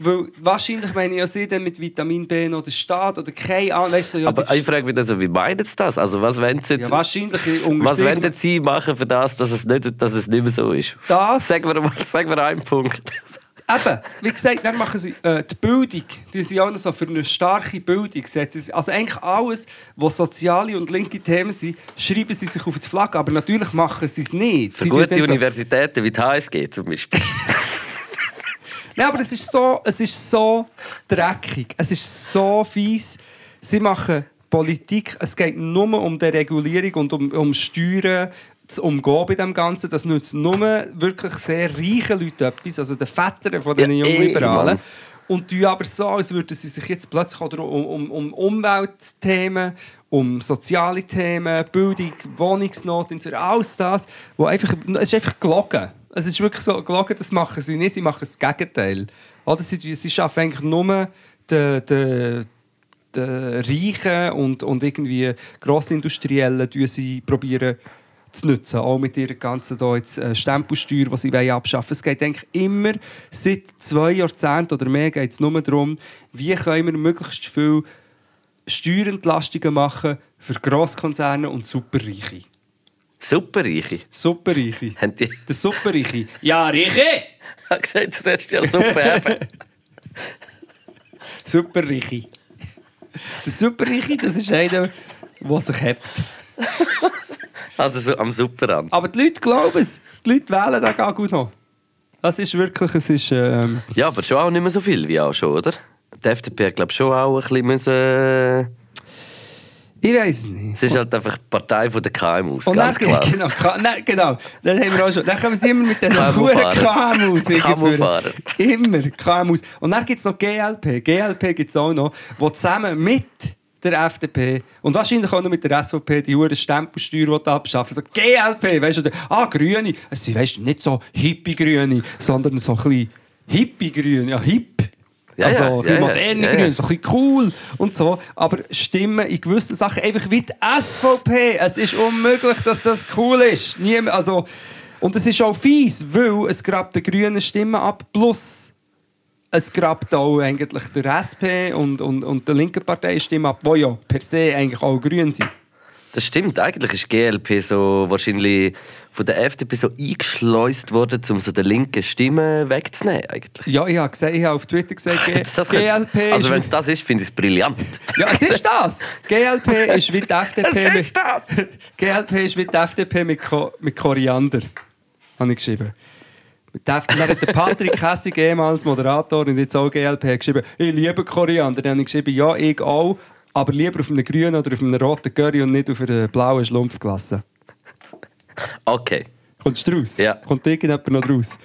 Speaker 3: Weil, weil wahrscheinlich meine ich ja sie dann mit Vitamin B noch der Staat oder keine Ahnung. Weißt du, so, ja,
Speaker 2: Aber
Speaker 3: das
Speaker 2: ich
Speaker 3: ist-
Speaker 2: frage mich dann so, wie meinen sie das? Also was wollen sie jetzt,
Speaker 3: ja, wahrscheinlich unter
Speaker 2: was
Speaker 3: sich-
Speaker 2: wollen denn sie machen für das, dass es nicht, dass es nicht mehr so ist?
Speaker 3: Das-
Speaker 2: Sag mir, mal- sag mir einen
Speaker 3: (laughs)
Speaker 2: Punkt.
Speaker 3: Eben, wie gesagt, dann machen sie äh, die Bildung, die sind auch noch so für eine starke Bildung setzen. sie- Also eigentlich alles, was soziale und linke Themen sind, schreiben sie sich auf die Flagge, aber natürlich machen sie es nicht.
Speaker 2: Für
Speaker 3: Sie tun
Speaker 2: gute
Speaker 3: dann so-
Speaker 2: Universitäten wie die HSG zum Beispiel.
Speaker 3: Nein, aber es ist so, es ist so dreckig, es ist so fies. Sie machen Politik, es geht nur um die Regulierung und um, um Steuern zu umgehen bei dem Ganzen. Das nützt nur wirklich sehr reichen Leuten etwas, also den Vätern von den
Speaker 2: Ja,
Speaker 3: jungen
Speaker 2: eh,
Speaker 3: Liberalen.
Speaker 2: Mann.
Speaker 3: Und tun aber so, als würden sie sich jetzt plötzlich auch um, um, um Umweltthemen, um soziale Themen, Bildung, Wohnungsnot, und so, alles das, wo einfach, es ist einfach gelogen. Es ist wirklich so, gelogen, das machen sie nicht, sie machen das Gegenteil. Oder sie, tun- sie schaffen eigentlich nur den, den, den Reichen und, und irgendwie Grossindustriellen tun sie probieren zu nutzen. Auch mit ihrer ganzen da jetzt, äh, Stempelsteuer, die sie wollen abschaffen wollen. Es geht eigentlich immer, seit zwei Jahrzehnten oder mehr, geht es nur darum, wie können wir möglichst viel Steuerentlastungen machen für Grosskonzerne und Superreiche.
Speaker 2: Superreiche.
Speaker 3: Superreiche.
Speaker 2: Haben die (laughs)
Speaker 3: Der Superreiche. Ja, Reiche!
Speaker 2: hat gesagt, das hättest du ja super eben.
Speaker 3: Superreiche. Der Superreiche, das ist einer, der sich hebt.
Speaker 2: Also so am Superrand.
Speaker 3: Aber die Leute glauben es. Die Leute wählen den Gagu noch. Das ist wirklich, es ist... Ähm,
Speaker 2: Ja, aber schon auch nicht mehr so viel wie auch schon, oder? Die FDP hat glaube schon auch ein bisschen müssen... äh,
Speaker 3: ich weiß es nicht.
Speaker 2: Es ist halt einfach die Partei von der KMUs,
Speaker 3: Und
Speaker 2: ganz
Speaker 3: dann,
Speaker 2: klar.
Speaker 3: (laughs) genau, Ka- nein, genau, dann haben wir auch schon. Dann kommen sie immer mit den
Speaker 2: Kamufahrer.
Speaker 3: hohen KMUs.
Speaker 2: Kamufahrer.
Speaker 3: Immer KMUs. Und dann gibt es noch GLP. GLP gibt es auch noch, wo zusammen mit der FDP und wahrscheinlich auch noch mit der SVP die hohe Stempelsteuer will abschaffen. So GLP, weißt du, oder- ah, Grüne. Es sind weißt, du, nicht so hippie-Grüne, sondern so ein bisschen hippie-Grüne, ja, hip.
Speaker 2: Ja,
Speaker 3: also,
Speaker 2: ja,
Speaker 3: ein bisschen
Speaker 2: ja, ja,
Speaker 3: moderne
Speaker 2: ja, ja.
Speaker 3: Grüne, so ein bisschen cool und so. Aber Stimmen in gewissen Sachen einfach wie die SVP. Es ist unmöglich, dass das cool ist. Niem also, und es ist auch fies, weil es grabt den grünen Stimmen ab, plus es grabt auch eigentlich der SP und, und, und der linken Partei Stimmen ab, die ja per se eigentlich auch grün sind.
Speaker 2: Das stimmt, eigentlich ist GLP so wahrscheinlich von der FDP so eingeschleust worden, um so den linken Stimmen wegzunehmen eigentlich.
Speaker 3: Ja, ich habe gesehen, ich habe auf Twitter gesagt, G
Speaker 2: (laughs) Das könnte-
Speaker 3: GLP
Speaker 2: also wenn
Speaker 3: ist...
Speaker 2: es das ist, finde ich
Speaker 3: (laughs)
Speaker 2: es brillant.
Speaker 3: Ja, es ist das! GLP ist
Speaker 2: (laughs)
Speaker 3: wie die FDP...
Speaker 2: Es
Speaker 3: mit-
Speaker 2: ist das!
Speaker 3: (laughs) GLP ist wie die FDP mit, Ko mit Koriander. Habe ich geschrieben. Mit der FDP, dann hat der Patrick Hessig, ehemals Moderator und jetzt auch GLP, hat geschrieben, ich liebe Koriander. Dann habe ich geschrieben, ja, ich auch, aber lieber auf einem grünen oder auf einem roten Curry und nicht auf einer blauen Schlumpfklasse.
Speaker 2: Okay.
Speaker 3: Kommst du raus?
Speaker 2: Ja.
Speaker 3: Kommt irgendjemand noch raus?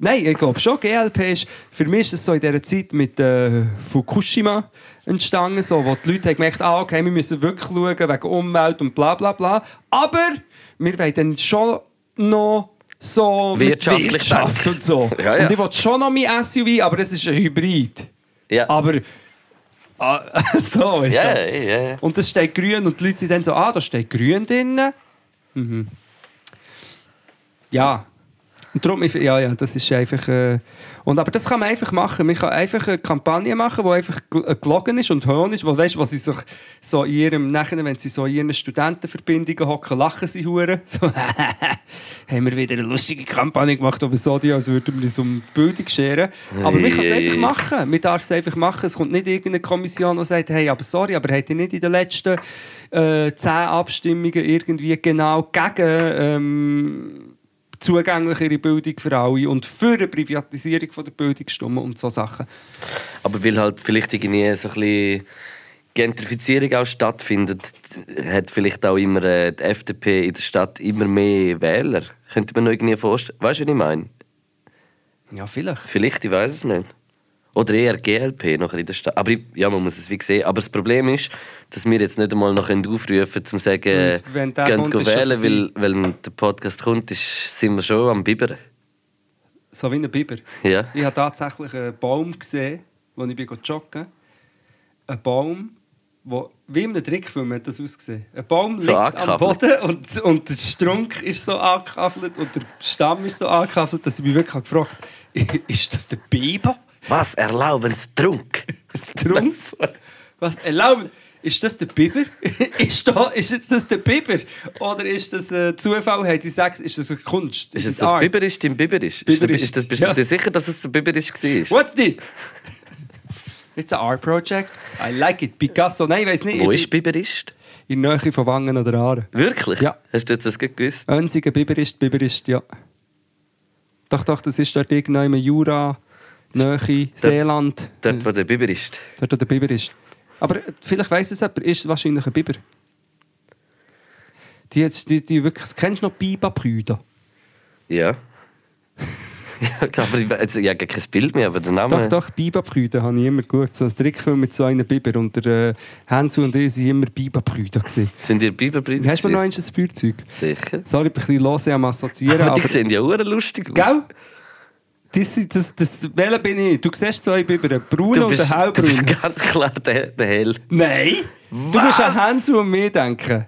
Speaker 3: Nein, ich glaube schon, GLP ist, für mich ist das so in dieser Zeit mit äh, Fukushima entstanden, so, wo die Leute haben gemerkt ah, okay, wir müssen wirklich schauen wegen Umwelt und bla bla bla, aber wir wollen dann schon noch so mit
Speaker 2: Wirtschaftlich
Speaker 3: Wirtschaft
Speaker 2: denken.
Speaker 3: und so.
Speaker 2: (laughs) Ja, ja.
Speaker 3: Und ich will schon noch mein SUV, aber es ist ein Hybrid.
Speaker 2: Ja.
Speaker 3: Aber ah, (laughs) so ist
Speaker 2: Ja,
Speaker 3: das.
Speaker 2: ja, ja.
Speaker 3: Und das steht grün und die Leute sind dann so, ah, da steht grün drin. Mhm. Ja. Und darum, ich- ja, ja, das ist einfach... Äh, und, aber das kann man einfach machen. Man kann einfach eine Kampagne machen, die einfach gel- äh, gelogen ist und hören ist. Weil weißt du, was sie sich so in ihrem... Nachher, wenn sie so in ihren Studentenverbindungen hocken, lachen sie hure (laughs) So, haben wir wieder eine lustige Kampagne gemacht, aber so die, als würden wir uns um die Bildung scheren. Aber man kann es einfach
Speaker 2: Hey.
Speaker 3: machen machen. Man darf es einfach machen. Es kommt nicht irgendeine Kommission, die sagt, hey, aber sorry, aber habt ihr nicht in den letzten äh, zehn Abstimmungen irgendwie genau gegen ähm, zugänglichere Bildung für alle und für eine Privatisierung von der Bildung stimmen und so Sachen.
Speaker 2: Aber weil halt vielleicht irgendwie so ein bisschen Gentrifizierung auch stattfindet, hat vielleicht auch immer äh, die FDP in der Stadt immer mehr Wähler. Könnte man noch irgendwie vorstellen. Weißt du, was ich meine?
Speaker 3: Ja, vielleicht.
Speaker 2: Vielleicht, ich weiß es nicht. Oder eher GLP noch in der Stadt. Aber ich, ja, man muss es wie sehen. Aber das Problem ist, dass wir jetzt nicht einmal noch aufrufen können, um zu sagen, äh,
Speaker 3: Wenn der
Speaker 2: geht
Speaker 3: kommt,
Speaker 2: go
Speaker 3: ist schon
Speaker 2: wählen, weil,
Speaker 3: vorbei.
Speaker 2: weil der Podcast kommt, ist, sind wir schon am Biberen.
Speaker 3: So wie ein Biber.
Speaker 2: Ja.
Speaker 3: Ich habe tatsächlich einen Baum gesehen, wo ich bin go joggen Ein Baum, wo, wie in einem Trickfilm hat das ausgesehen. Ein Baum
Speaker 2: So
Speaker 3: liegt am
Speaker 2: angekaffelt.
Speaker 3: Boden und, und der Strunk ist so angekaffelt und der Stamm ist so angekaffelt, dass ich mich wirklich habe gefragt (laughs) habe, ist das der Biber?
Speaker 2: Was erlauben Sie Trunk?
Speaker 3: (laughs) Ein Strunk? Was? Erlauben? Ist das der Biber? (laughs) ist, da, ist jetzt das der Biber? Oder ist das äh, Zufall? Hey, die sechs, ist das eine Kunst?
Speaker 2: Ist es
Speaker 3: das
Speaker 2: das
Speaker 3: Art?
Speaker 2: Biberisch, dein Biberisch? Ist der-
Speaker 3: Biberisch,
Speaker 2: Ist das, bist
Speaker 3: Ah. ja.
Speaker 2: du dir sicher, dass es der Biberisch war?
Speaker 3: What's this? (laughs) It's an art project. I like it. Picasso. Nein, ich weiß nicht.
Speaker 2: Wo
Speaker 3: ich
Speaker 2: ist Biberist?
Speaker 3: bin in der Nähe von Wangen oder Aare.
Speaker 2: Wirklich?
Speaker 3: Ja. Hm.
Speaker 2: Hast du jetzt das gut gewusst?
Speaker 3: Önsiger Biberist, Biberist, ja. Doch, doch, das ist dort irgendwo im Jura, Nähe, Seeland.
Speaker 2: Dort, wo der Biberist.
Speaker 3: Dort, wo der Biber ist. Aber vielleicht weiss es jemand, ist wahrscheinlich ein Biber. Die, jetzt, die, die wirklich, kennst du noch Biba-Brüder?
Speaker 2: Ja. (laughs) ja, aber ich, weiß- also, ich habe kein Bild mehr, aber der
Speaker 3: Doch,
Speaker 2: Name.
Speaker 3: doch, Biba-Brüder habe ich immer geschaut. So ein Trickfilm mit so einem Biber. Und der äh, Hänsel und ich waren immer Biba-Brüder. gewesen.
Speaker 2: Sind ihr Biberbrüder?
Speaker 3: Hast du mir noch eins ein Feuerzeug?
Speaker 2: Sicher.
Speaker 3: Soll ich ein bisschen hören, am Assoziieren?
Speaker 2: (laughs) Aber
Speaker 3: Aber,
Speaker 2: die sehen ja auch lustig aus.
Speaker 3: gell? Das, sind- das, das, welcher bin ich? Du siehst zwei Biber, einen braunen
Speaker 2: Du
Speaker 3: und
Speaker 2: bist,
Speaker 3: einen
Speaker 2: du bist
Speaker 3: hellbraunen.
Speaker 2: ganz klar der, der Hell.
Speaker 3: Nein! Du musst an Hänsel und mich denken.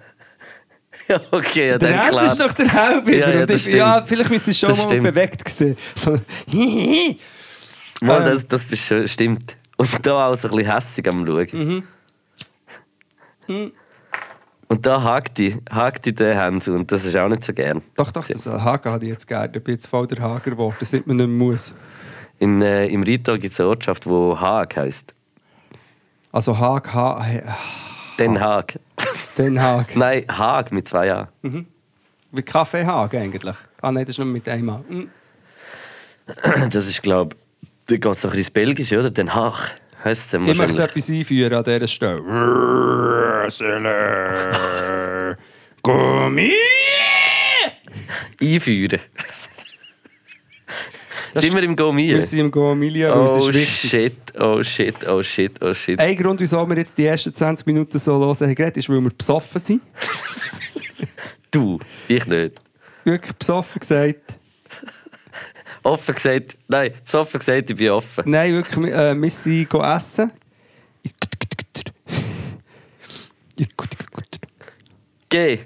Speaker 2: Ja, (laughs) okay, ja,
Speaker 3: Der
Speaker 2: dann
Speaker 3: Hans
Speaker 2: klar.
Speaker 3: ist doch der Hellbiber.
Speaker 2: Ja, ja,
Speaker 3: und
Speaker 2: das
Speaker 3: ich, ja
Speaker 2: stimmt.
Speaker 3: vielleicht müsste ich schon
Speaker 2: Das
Speaker 3: mal
Speaker 2: stimmt.
Speaker 3: bewegt gesehen. So, (laughs) hihi.
Speaker 2: Mal,
Speaker 3: Ähm.
Speaker 2: das, das bist, schon- stimmt. Und da auch so ein bisschen hässig am Schauen.
Speaker 3: Mhm.
Speaker 2: Hm. Und da hakt die, hakt die der Hänsel und das ist auch nicht so gern.
Speaker 3: doch, doch, das Hager hat ich jetzt gerne. Ich bin jetzt voll der Hager geworden, seit man nicht mehr muss.
Speaker 2: In, äh, Im Rital gibt es eine Ortschaft, die Haag heisst.
Speaker 3: Also Haag, Haag,
Speaker 2: Den
Speaker 3: Ah.
Speaker 2: Haag.
Speaker 3: Den Haag.
Speaker 2: Nein, Haag mit zwei A.
Speaker 3: Wie Kaffee Haag eigentlich. Ah nein, das ist nur mit einem A. Hm.
Speaker 2: Das ist, glaube ich, da geht es noch ein bisschen ins Belgische, oder? Den Haag heisst es dann
Speaker 3: Ich möchte
Speaker 2: wahrscheinlich.
Speaker 3: etwas einführen an dieser (laughs) Stelle. Gummi!
Speaker 2: Einführen.
Speaker 3: (laughs)
Speaker 2: Sind wir im Gourmet?
Speaker 3: Wir sind im Gomilia, weil es
Speaker 2: Oh
Speaker 3: ist wichtig.
Speaker 2: shit, oh shit, oh shit, oh shit.
Speaker 3: Ein Grund, wieso wir jetzt die ersten 20 Minuten so hören haben geredet, ist, weil wir besoffen sind.
Speaker 2: Du, ich nicht.
Speaker 3: Wirklich besoffen gesagt.
Speaker 2: Offen gesagt, nein, besoffen gesagt, ich bin offen.
Speaker 3: Nein, wirklich, äh, wir sind go essen.
Speaker 2: Geh,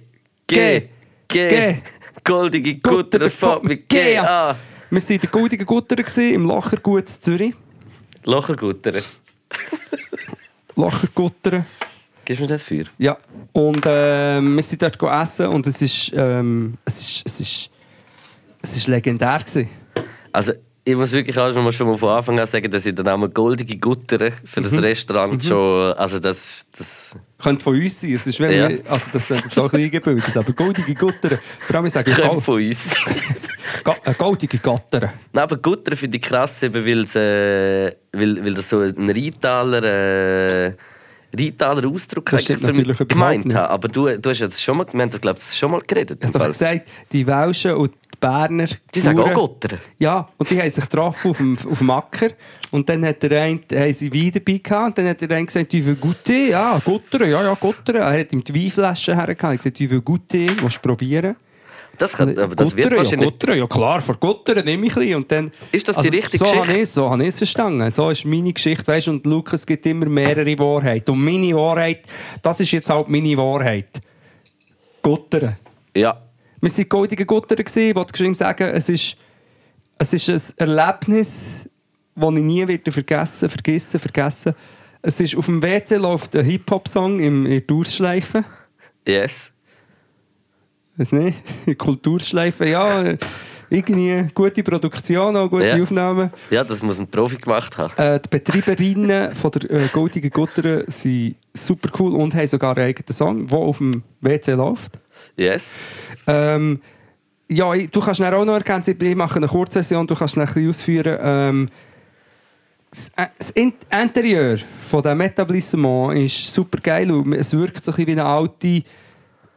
Speaker 3: Geh,
Speaker 2: geh,
Speaker 3: geh.
Speaker 2: geh. Goldige
Speaker 3: Gutter
Speaker 2: Gutter fährt mit Geh an.
Speaker 3: Wir waren der Goldigen Gutter gewesen, im Lachergut in Zürich.
Speaker 2: Lochergutter.
Speaker 3: Lachergutter.
Speaker 2: Gibst du mir das für?
Speaker 3: Ja. Und äh, wir sind dort go essen und es ist, ähm, es ist, es ist, es ist legendär. Gewesen.
Speaker 2: Also, ich muss wirklich auch nochmal schon mal von Anfang an sagen, dass ich den Namen Goldige Gutter für
Speaker 3: Mhm.
Speaker 2: das Restaurant schon. Also, das, das
Speaker 3: Könnte von uns sein. Es ist, wenn
Speaker 2: Ja.
Speaker 3: wir, also das sind jetzt auch ein bisschen eingebildet, aber goldige Gutter. Vor allem sage ich
Speaker 2: kommt
Speaker 3: Gol-
Speaker 2: von uns.
Speaker 3: (laughs) Ga- äh, goldige Gatter.
Speaker 2: Nein, aber Gutter finde ich krass, eben, weil's, äh, weil, weil das so ein Rheintaler, äh, Rheintaler Ausdruck
Speaker 3: Das stimmt
Speaker 2: eigentlich für mich
Speaker 3: natürlich überhaupt
Speaker 2: gemeint
Speaker 3: nicht.
Speaker 2: habe. Aber du, du hast ja das schon mal, wir haben das, glaub, ich, das schon mal geredet.
Speaker 3: Ich
Speaker 2: im
Speaker 3: habe doch
Speaker 2: Fall.
Speaker 3: gesagt, die Welschen und die Berner.
Speaker 2: Die sagen auch
Speaker 3: Bauern-
Speaker 2: Gutter.
Speaker 3: Ja, und die haben sich getroffen auf dem, auf dem Acker. Und dann hat der eine, haben sie Wein dabei gehabt. Und dann hat der eine gesagt, wie viel Gutte? Ja, Gutter, ja, ja, Gutter. Er hat ihm die Weinflasche hergehabt. Er hat gesagt, wie viel Gutte? Willst du probieren?
Speaker 2: Das kann, aber das wird
Speaker 3: Gutter,
Speaker 2: wahrscheinlich.
Speaker 3: ja, Gutter, ja klar, vor Gutter nehme ich ein bisschen. und dann,
Speaker 2: Ist das die richtige
Speaker 3: so
Speaker 2: Geschichte?
Speaker 3: Habe ich, so habe ich es verstanden. So ist meine Geschichte, weißt, und Lukas gibt immer mehrere Wahrheiten. Und meine Wahrheit, das ist jetzt halt meine Wahrheit. Gutter.
Speaker 2: Ja,
Speaker 3: Wir waren goldige Gutter, gewesen. ich wollte geschwind sagen, es ist, es ist ein Erlebnis, das ich nie wieder vergessen vergessen, vergessen. Es ist, auf dem WC läuft ein Hip-Hop-Song im- in der Durchschleife.
Speaker 2: yes.
Speaker 3: Weiß nicht, (laughs) in Kulturschleife, ja, äh, irgendwie gute Produktion, auch gute
Speaker 2: Ja.
Speaker 3: Aufnahmen.
Speaker 2: Ja, das muss ein Profi gemacht haben.
Speaker 3: Äh, die Betreiberinnen von der äh, Goldigen Gutter sind super cool und haben sogar einen eigenen Song, der auf dem WC läuft.
Speaker 2: Yes.
Speaker 3: Ähm, ja, ich, du kannst dann auch noch ergänzen, ich mache eine Kurzsession, du kannst dann ein bisschen ausführen. Ähm, das, äh, das In- Interieur von diesem Etablissement ist super geil und es wirkt so ein bisschen wie eine alte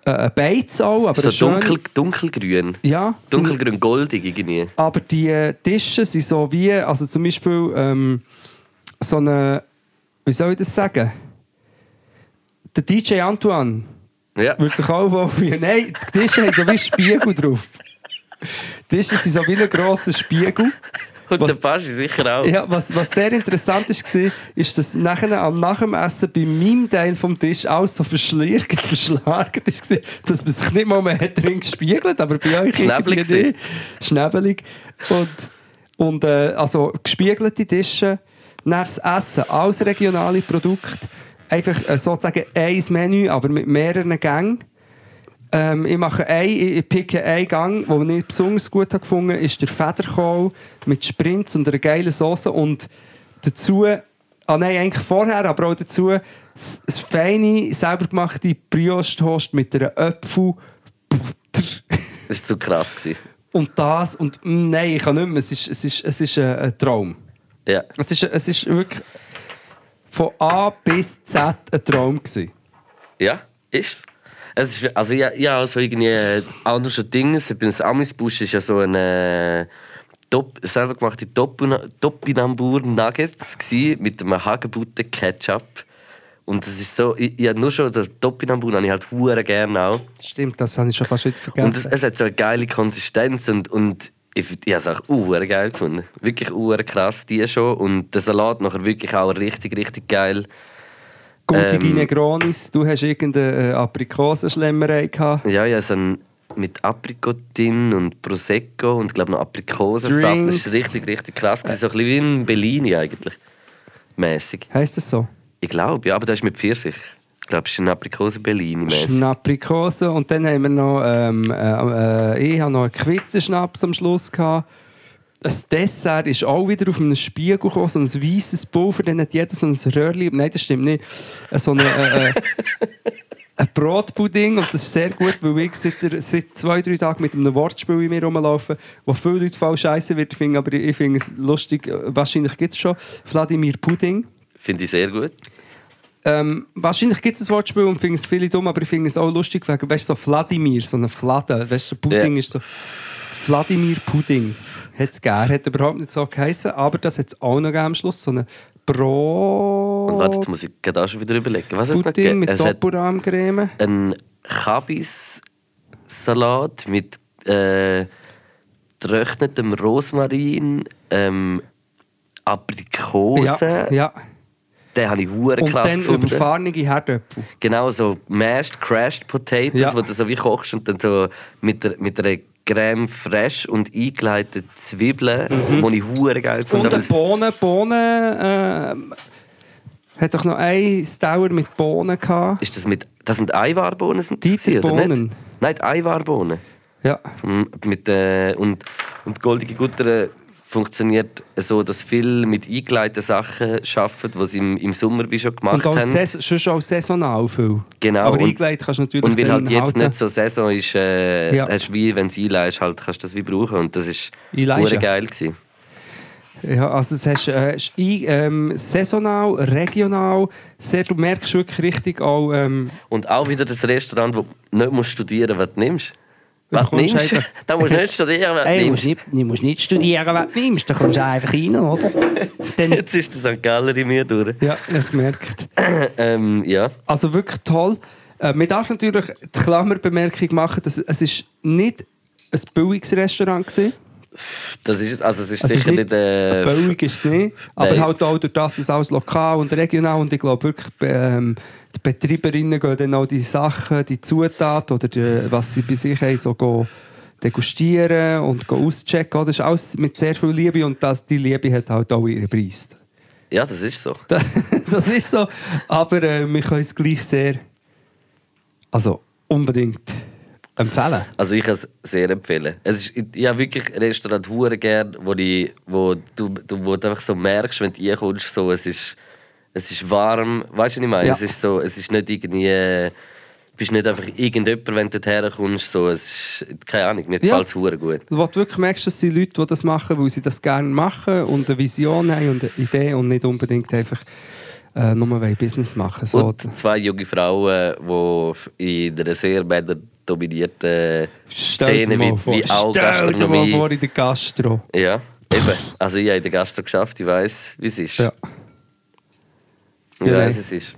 Speaker 3: äh, Beiz auch, aber
Speaker 2: so
Speaker 3: eine schöne-
Speaker 2: dunkel, dunkelgrün.
Speaker 3: Ja, so eine-
Speaker 2: Dunkelgrün, goldig irgendwie.
Speaker 3: aber die äh, Tische sind so wie, also zum Beispiel ähm, so eine, wie soll ich das sagen? Der DJ Antoine
Speaker 2: Ja.
Speaker 3: würde sich auch aufhören. Nein, die Tische haben so wie Spiegel drauf. Die Tische sind so wie ein grosser Spiegel.
Speaker 2: Und
Speaker 3: was-
Speaker 2: der Paschi sicher auch.
Speaker 3: Ja, was, was sehr interessant ist, war, ist, dass nachher, am nach dem Essen bei meinem Teil vom Tisch alles so verschlirkt, (laughs) verschlagert war, dass man sich nicht mal mehr hat drin gespiegelt aber bei euch
Speaker 2: Schnäbelig
Speaker 3: irgendwie nicht. Schnäbelig. Und, und äh, also gespiegelte Tische, dann das Essen, alles regionale Produkte, einfach äh, sozusagen ein Menü, aber mit mehreren Gängen. Ähm, ich mache ein, ich, ich picke einen Gang, den ich besonders gut habe gefunden habe, ist der Federkohl mit Sprints und einer geilen Soße und dazu, ah nein, eigentlich vorher, aber auch dazu, s- s- feine, selber gemachte Brioche-Toast mit einer (laughs) Apfelbutter.
Speaker 2: Das war zu krass. Gewesen.
Speaker 3: Und das, und mm, nein, ich kann nicht mehr, es ist, es ist, es ist ein, ein Traum.
Speaker 2: Ja.
Speaker 3: Es ist, es ist wirklich von A bis Z ein Traum gewesen.
Speaker 2: Ja, ist's. Es ist, also ja, ja also irgendwie äh, anders schon Dinge. Bei uns Amisbusch ist ja so ein äh, Top, selber gemachte Topuna- Topinambur Nuggets gsi mit einem Hagebutten Ketchup. Und das ist so, ich, ich hab nur schon das Topinambur habe ich halt hure gerne auch.
Speaker 3: Stimmt, das habe ich schon fast wieder vergessen.
Speaker 2: Und es, es hat so eine geile Konsistenz und, und ich, ich habe es auch hure geil gefunden. Wirklich hure krass die schon und der Salat nachher wirklich auch richtig richtig geil.
Speaker 3: Guntige
Speaker 2: Ähm.
Speaker 3: Negronis, äh, du hast irgendeine äh, Aprikosenschlemmerei gehabt.
Speaker 2: Ja, ja, so ein, mit Aprikotin und Prosecco und glaube noch Aprikosensaft. Das war
Speaker 3: Drinks.
Speaker 2: richtig, richtig krass. gewesen. So ein bisschen wie ein Bellini eigentlich. Mäßig.
Speaker 3: Heißt das so?
Speaker 2: Ich glaube, ja, aber das ist mit Pfirsich. Ich glaube, es ist ein Aprikosen-Bellini mäßig.
Speaker 3: Schnaprikosen. Und dann haben wir noch, ähm, äh, äh, ich habe noch einen Quittenschnaps am Schluss gehabt. Ein Dessert ist auch wieder auf einem Spiegel gekommen, so ein weißes Pulver, dann hat jeder so ein Röhrli. Nein, das stimmt nicht. Äh, So eine, äh, (laughs) äh, ein Brotpudding und das ist sehr gut, weil ich seit, der- seit zwei, drei Tagen mit einem Wortspiel in mir rumlaufe, wo viele Leute voll scheiße wird finden, aber ich finde es lustig, Äh, wahrscheinlich gibt es schon, Vladimir Pudding.
Speaker 2: Finde ich sehr gut.
Speaker 3: Ähm, wahrscheinlich gibt es ein Wortspiel und finde es viele dumm, aber ich finde es auch lustig, wegen, weißt du, so Vladimir, so eine Fladen, weißt du, so Pudding
Speaker 2: Ja.
Speaker 3: ist so. Vladimir Pudding hat es gegeben, hat überhaupt nicht so geheißen, aber das hat es auch noch gegeben am Schluss, so eine
Speaker 2: Und warte, jetzt
Speaker 3: Brot.
Speaker 2: muss ich gerade auch schon wieder überlegen. Was hat's noch
Speaker 3: Oh. Pudding
Speaker 2: gegeben?
Speaker 3: mit
Speaker 2: es hat
Speaker 3: Topuram-Creme.
Speaker 2: einen Kabis-Salat mit äh, getrocknetem Rosmarin, ähm, Aprikosen.
Speaker 3: Ja, ja.
Speaker 2: Den habe ich hure
Speaker 3: Und
Speaker 2: krass
Speaker 3: dann
Speaker 2: gefunden.
Speaker 3: überfahrene Herdöpfel.
Speaker 2: Genau, so mashed, crashed Potatoes,
Speaker 3: Ja.
Speaker 2: wo du so wie kochst und dann so mit, der, mit einer Creme fraiche und eingeleiteten Zwiebeln,
Speaker 3: Mhm.
Speaker 2: die ich hure geil fand.
Speaker 3: Und
Speaker 2: aber
Speaker 3: eine
Speaker 2: es-
Speaker 3: Bohnen, Bohnen, ähm, hat doch noch ein Stauer mit Bohnen gehabt.
Speaker 2: Ist das mit... Das sind Eiwarbohnen, sind das
Speaker 3: Die
Speaker 2: gewesen, oder
Speaker 3: Bohnen.
Speaker 2: nicht? Nein, die Eiwarbohnen.
Speaker 3: Ja.
Speaker 2: Vom- Mit, äh, und, und goldige Gutter äh, funktioniert so, dass viele mit eingeleiteten Sachen arbeiten, die sie im, im Sommer wie schon gemacht
Speaker 3: Und auch
Speaker 2: haben.
Speaker 3: saison, schon auch saisonal viel.
Speaker 2: Genau,
Speaker 3: Aber
Speaker 2: und-
Speaker 3: eingelegt kannst du natürlich
Speaker 2: Und weil
Speaker 3: dann
Speaker 2: halt jetzt
Speaker 3: halten.
Speaker 2: nicht so Saison ist, äh,
Speaker 3: Ja.
Speaker 2: hast du wie, wenn du es einleihst, halt, kannst du das wie brauchen. Und das ist
Speaker 3: Einleihst,
Speaker 2: hure
Speaker 3: ja.
Speaker 2: geil. Gewesen.
Speaker 3: Ja, also es hast, äh, ist ein- ähm, saisonal, regional, sehr, du merkst wirklich richtig auch... Ähm,
Speaker 2: Und auch wieder das Restaurant, wo du nicht musst studieren musst, was du nimmst.
Speaker 3: Du
Speaker 2: Was du
Speaker 3: kommst
Speaker 2: nimmst?
Speaker 3: einfach-
Speaker 2: (laughs) Da musst du nicht studieren, was du
Speaker 3: ey, du, musst
Speaker 2: nimmst.
Speaker 3: nicht, du musst nicht studieren, was du nimmst, dann kommst du einfach rein,
Speaker 2: (laughs)
Speaker 3: oder? Dann,
Speaker 2: Jetzt ist der St. Galler in mir durch.
Speaker 3: ja, das merkt.
Speaker 2: Ähm, ja.
Speaker 3: Also wirklich toll. Äh, man darf natürlich die Klammerbemerkung machen, dass es ist nicht ein billiges Restaurant war.
Speaker 2: Das ist, es. also es ist
Speaker 3: Also es
Speaker 2: sicher
Speaker 3: ist
Speaker 2: nicht... äh,
Speaker 3: Billig ist es
Speaker 2: (laughs)
Speaker 3: nicht, aber
Speaker 2: Nein.
Speaker 3: halt auch durch das, dass alles lokal und regional und ich glaube wirklich, ähm, die Betreiberinnen gehen dann auch die Sachen, die Zutaten oder die, was sie bei sich haben, so go degustieren und go auschecken. Das ist alles mit sehr viel Liebe und das, die Liebe hat halt auch ihren Preis. (laughs)
Speaker 2: ja, das ist so.
Speaker 3: Da- das ist so, aber äh, wir können es gleich sehr, also unbedingt empfehlen.
Speaker 2: Also ich kann es sehr empfehlen. Es ist, ich, ich habe wirklich Restaurant hure gern, wo, ich, wo, du, du, wo du einfach so merkst, wenn du reinkommst, so, es, ist, es ist warm. Weißt du, was ich meine?
Speaker 3: Ja.
Speaker 2: Es, ist so, es ist nicht irgendwie äh, bist nicht einfach irgendjemand, wenn du dorthin kommst. So, es ist, keine Ahnung, mir
Speaker 3: Ja.
Speaker 2: gefällt es hure gut.
Speaker 3: Wo du wirklich merkst, dass sind Leute, die das machen, weil sie das gerne machen und eine Vision haben und eine Idee und nicht unbedingt einfach äh, nur wollen Business machen. So,
Speaker 2: Und zwei junge Frauen, die in einer sehr männerdominierten
Speaker 3: stell dir
Speaker 2: Szene
Speaker 3: mal
Speaker 2: wie,
Speaker 3: vor,
Speaker 2: wie auch
Speaker 3: stell dir mal vor
Speaker 2: Gastronomie.
Speaker 3: in der Gastro.
Speaker 2: Ja, eben. Also ich habe in der Gastro geschafft, ich weiß, wie es ist.
Speaker 3: Ja.
Speaker 2: Ich
Speaker 3: Ja,
Speaker 2: weiss,
Speaker 3: nein.
Speaker 2: es ist.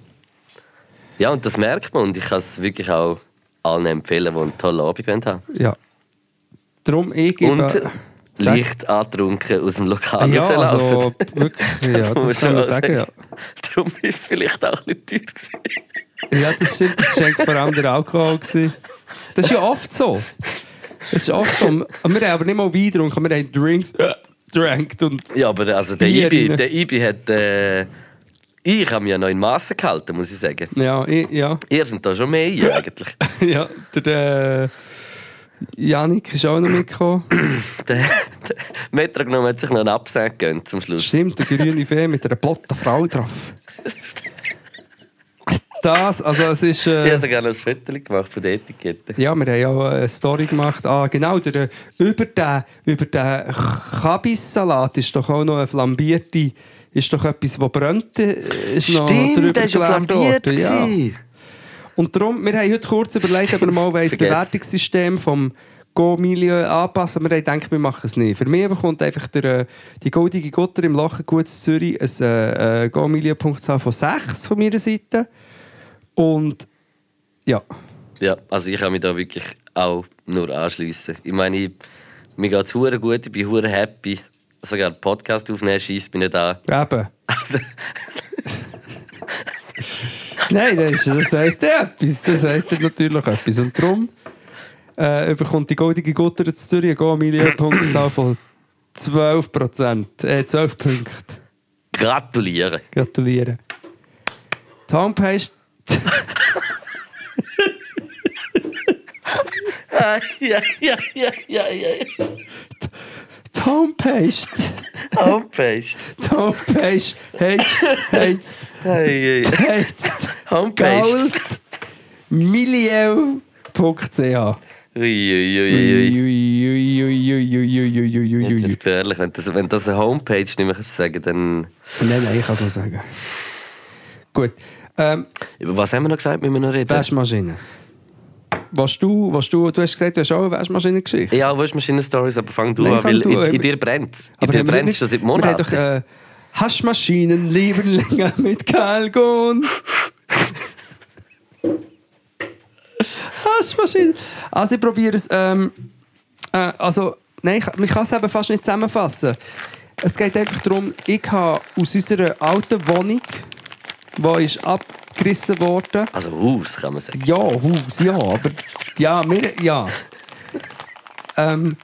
Speaker 2: Ja, und das merkt man und ich kann es wirklich auch allen empfehlen, die einen tollen Abend wollen haben
Speaker 3: ja. Darum, ich gebe...
Speaker 2: Und
Speaker 3: Sag-
Speaker 2: leicht angetrunken aus dem Lokal
Speaker 3: Ja,
Speaker 2: rauslaufen.
Speaker 3: also (laughs) wirklich,
Speaker 2: (laughs)
Speaker 3: ja,
Speaker 2: muss
Speaker 3: das kann man
Speaker 2: schon
Speaker 3: sagen, ja.
Speaker 2: Darum war es vielleicht auch ein bisschen teuer. gewesen.
Speaker 3: Ja, das stimmt. Das war eigentlich vor allem der Alkohol. Gewesen. Das ist ja oft so. Das ist oft so. Und Wir haben aber nicht mal Wein getrunken, wir haben Drinks äh, getrunken. Und
Speaker 2: Ja, aber also der,
Speaker 3: Bier
Speaker 2: Ibi,
Speaker 3: rein.
Speaker 2: der Ibi hat... Äh, ich habe mich ja noch in Massen gehalten, muss ich sagen.
Speaker 3: ja, ich, ja,
Speaker 2: Ihr seid da schon mehr (laughs) ein, eigentlich.
Speaker 3: (laughs) ja. Der äh, Janik ist auch noch mitgekommen.
Speaker 2: der, der Metronom hat sich noch einen Absack gegönnt zum Schluss.
Speaker 3: Stimmt, der grüne Fee mit einer blotten Frau drauf. Das, also es ist... Äh,
Speaker 2: Ich habe sogar noch ein Foto gemacht von der Etikette.
Speaker 3: Ja, wir haben ja auch eine Story gemacht. Ah, genau, der, äh, über den, über den Kabissalat ist doch auch noch eine flambierte, ist doch etwas, das brennt. äh, Ist noch drüber
Speaker 2: der ist ja
Speaker 3: gelegt
Speaker 2: flambiert.
Speaker 3: worden, ja.
Speaker 2: gewesen.
Speaker 3: Und darum, wir haben heute kurz überlegt, ob wir
Speaker 2: (laughs)
Speaker 3: mal ein
Speaker 2: Vergessen.
Speaker 3: Bewertungssystem vom Go-Milieu anpassen. Wir haben gedacht, wir machen es nicht. Für mich bekommt einfach der, äh, die goldige Gutter im Lachen Gutes Zürich ein äh, äh, Go-Milieu-Punktzahl von 6 von meiner Seite. Und ja,
Speaker 2: Ja, also ich kann mich da wirklich auch nur anschliessen. Ich meine, ich, mir geht es gut, ich bin hure happy. Sogar einen Podcast aufnehmen, scheiss, bin ich da.
Speaker 3: eben.
Speaker 2: (laughs) Also,
Speaker 3: Nein, das, ist, das heisst ja etwas. Das heisst ja natürlich etwas. Und darum äh, bekommt die goldige Gutter zu Zürich eine Go-Million-Punktzahl von 12 Prozent. Äh, 12 Punkte.
Speaker 2: gratuliere.
Speaker 3: Gratuliere. Die Homepage...
Speaker 2: (laughs) ja, ja, ja, ja, ja.
Speaker 3: Die Homepage...
Speaker 2: Homepage.
Speaker 3: Die Homepage... Heizt... Heizt...
Speaker 2: Hey, hey.
Speaker 3: Heizt...
Speaker 2: Homepage.
Speaker 3: Gold... Milieu.ch
Speaker 2: Uiuiuiui. Jetzt wird es
Speaker 3: Nein,
Speaker 2: gefährlich. Wenn das, wenn das eine Homepage nicht mehr kannst sagen dann.
Speaker 3: nein, ich kann es noch sagen. Gut. Ähm,
Speaker 2: Über was haben wir noch gesagt? Müssen wir noch reden?
Speaker 3: Waschmaschine. Was du, was du, du hast gesagt, du hast auch eine Waschmaschine-Geschichte.
Speaker 2: Ja, Waschmaschinen-Stories, aber fang du
Speaker 3: Nein,
Speaker 2: an,
Speaker 3: fang
Speaker 2: weil
Speaker 3: du an.
Speaker 2: in, in dir brennt In dir
Speaker 3: haben wir
Speaker 2: brennt
Speaker 3: nicht-
Speaker 2: schon seit
Speaker 3: Wir haben
Speaker 2: Monaten.
Speaker 3: doch äh, Haschmaschinen leben länger mit Kalgon. Haschmaschinen. Also ich probiere es. Ähm, äh, also, nein, ich, man kann es eben fast nicht zusammenfassen. Es geht einfach darum, ich habe aus unserer alten Wohnung, die ist abgerissen worden,
Speaker 2: Also Haus, kann man sagen.
Speaker 3: ja, Haus, ja, aber ja, wir, ja. Ähm,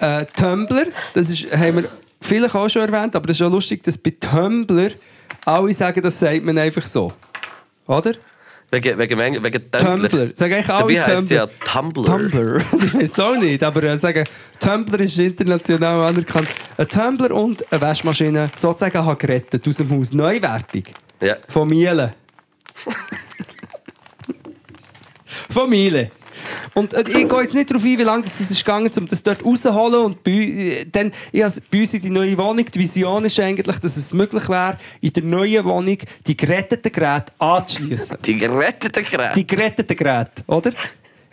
Speaker 3: äh, Tumblr, das ist, haben wir vielleicht auch schon erwähnt, aber es ist ja lustig, dass bei Tumblr alle sagen, das sagt man einfach so. Oder?
Speaker 2: Wegen, wegen, wegen, wegen Tumblr.
Speaker 3: Tumblr. Sagen eigentlich alle
Speaker 2: Dabei heisst es
Speaker 3: Tumblr.
Speaker 2: ja
Speaker 3: Tumblr.
Speaker 2: Tumblr.
Speaker 3: (laughs) Ich weiß auch nicht, aber äh, sagen, Tumblr ist international anerkannt. Ein Tumblr und eine Waschmaschine sozusagen haben gerettet aus dem Haus. Neuwertung.
Speaker 2: Ja.
Speaker 3: Von Miele. Von Miele. Und äh, ich gehe jetzt nicht darauf ein, wie lange das ist gegangen, um das dort rauszuholen. Und bei, äh, dann, ich has- bei uns in die neue Wohnung, die Vision ist eigentlich, dass es möglich wäre, in der neuen Wohnung die geretteten Geräte anzuschliessen.
Speaker 2: Die geretteten Kräfte.
Speaker 3: Die geretteten Geräte, oder?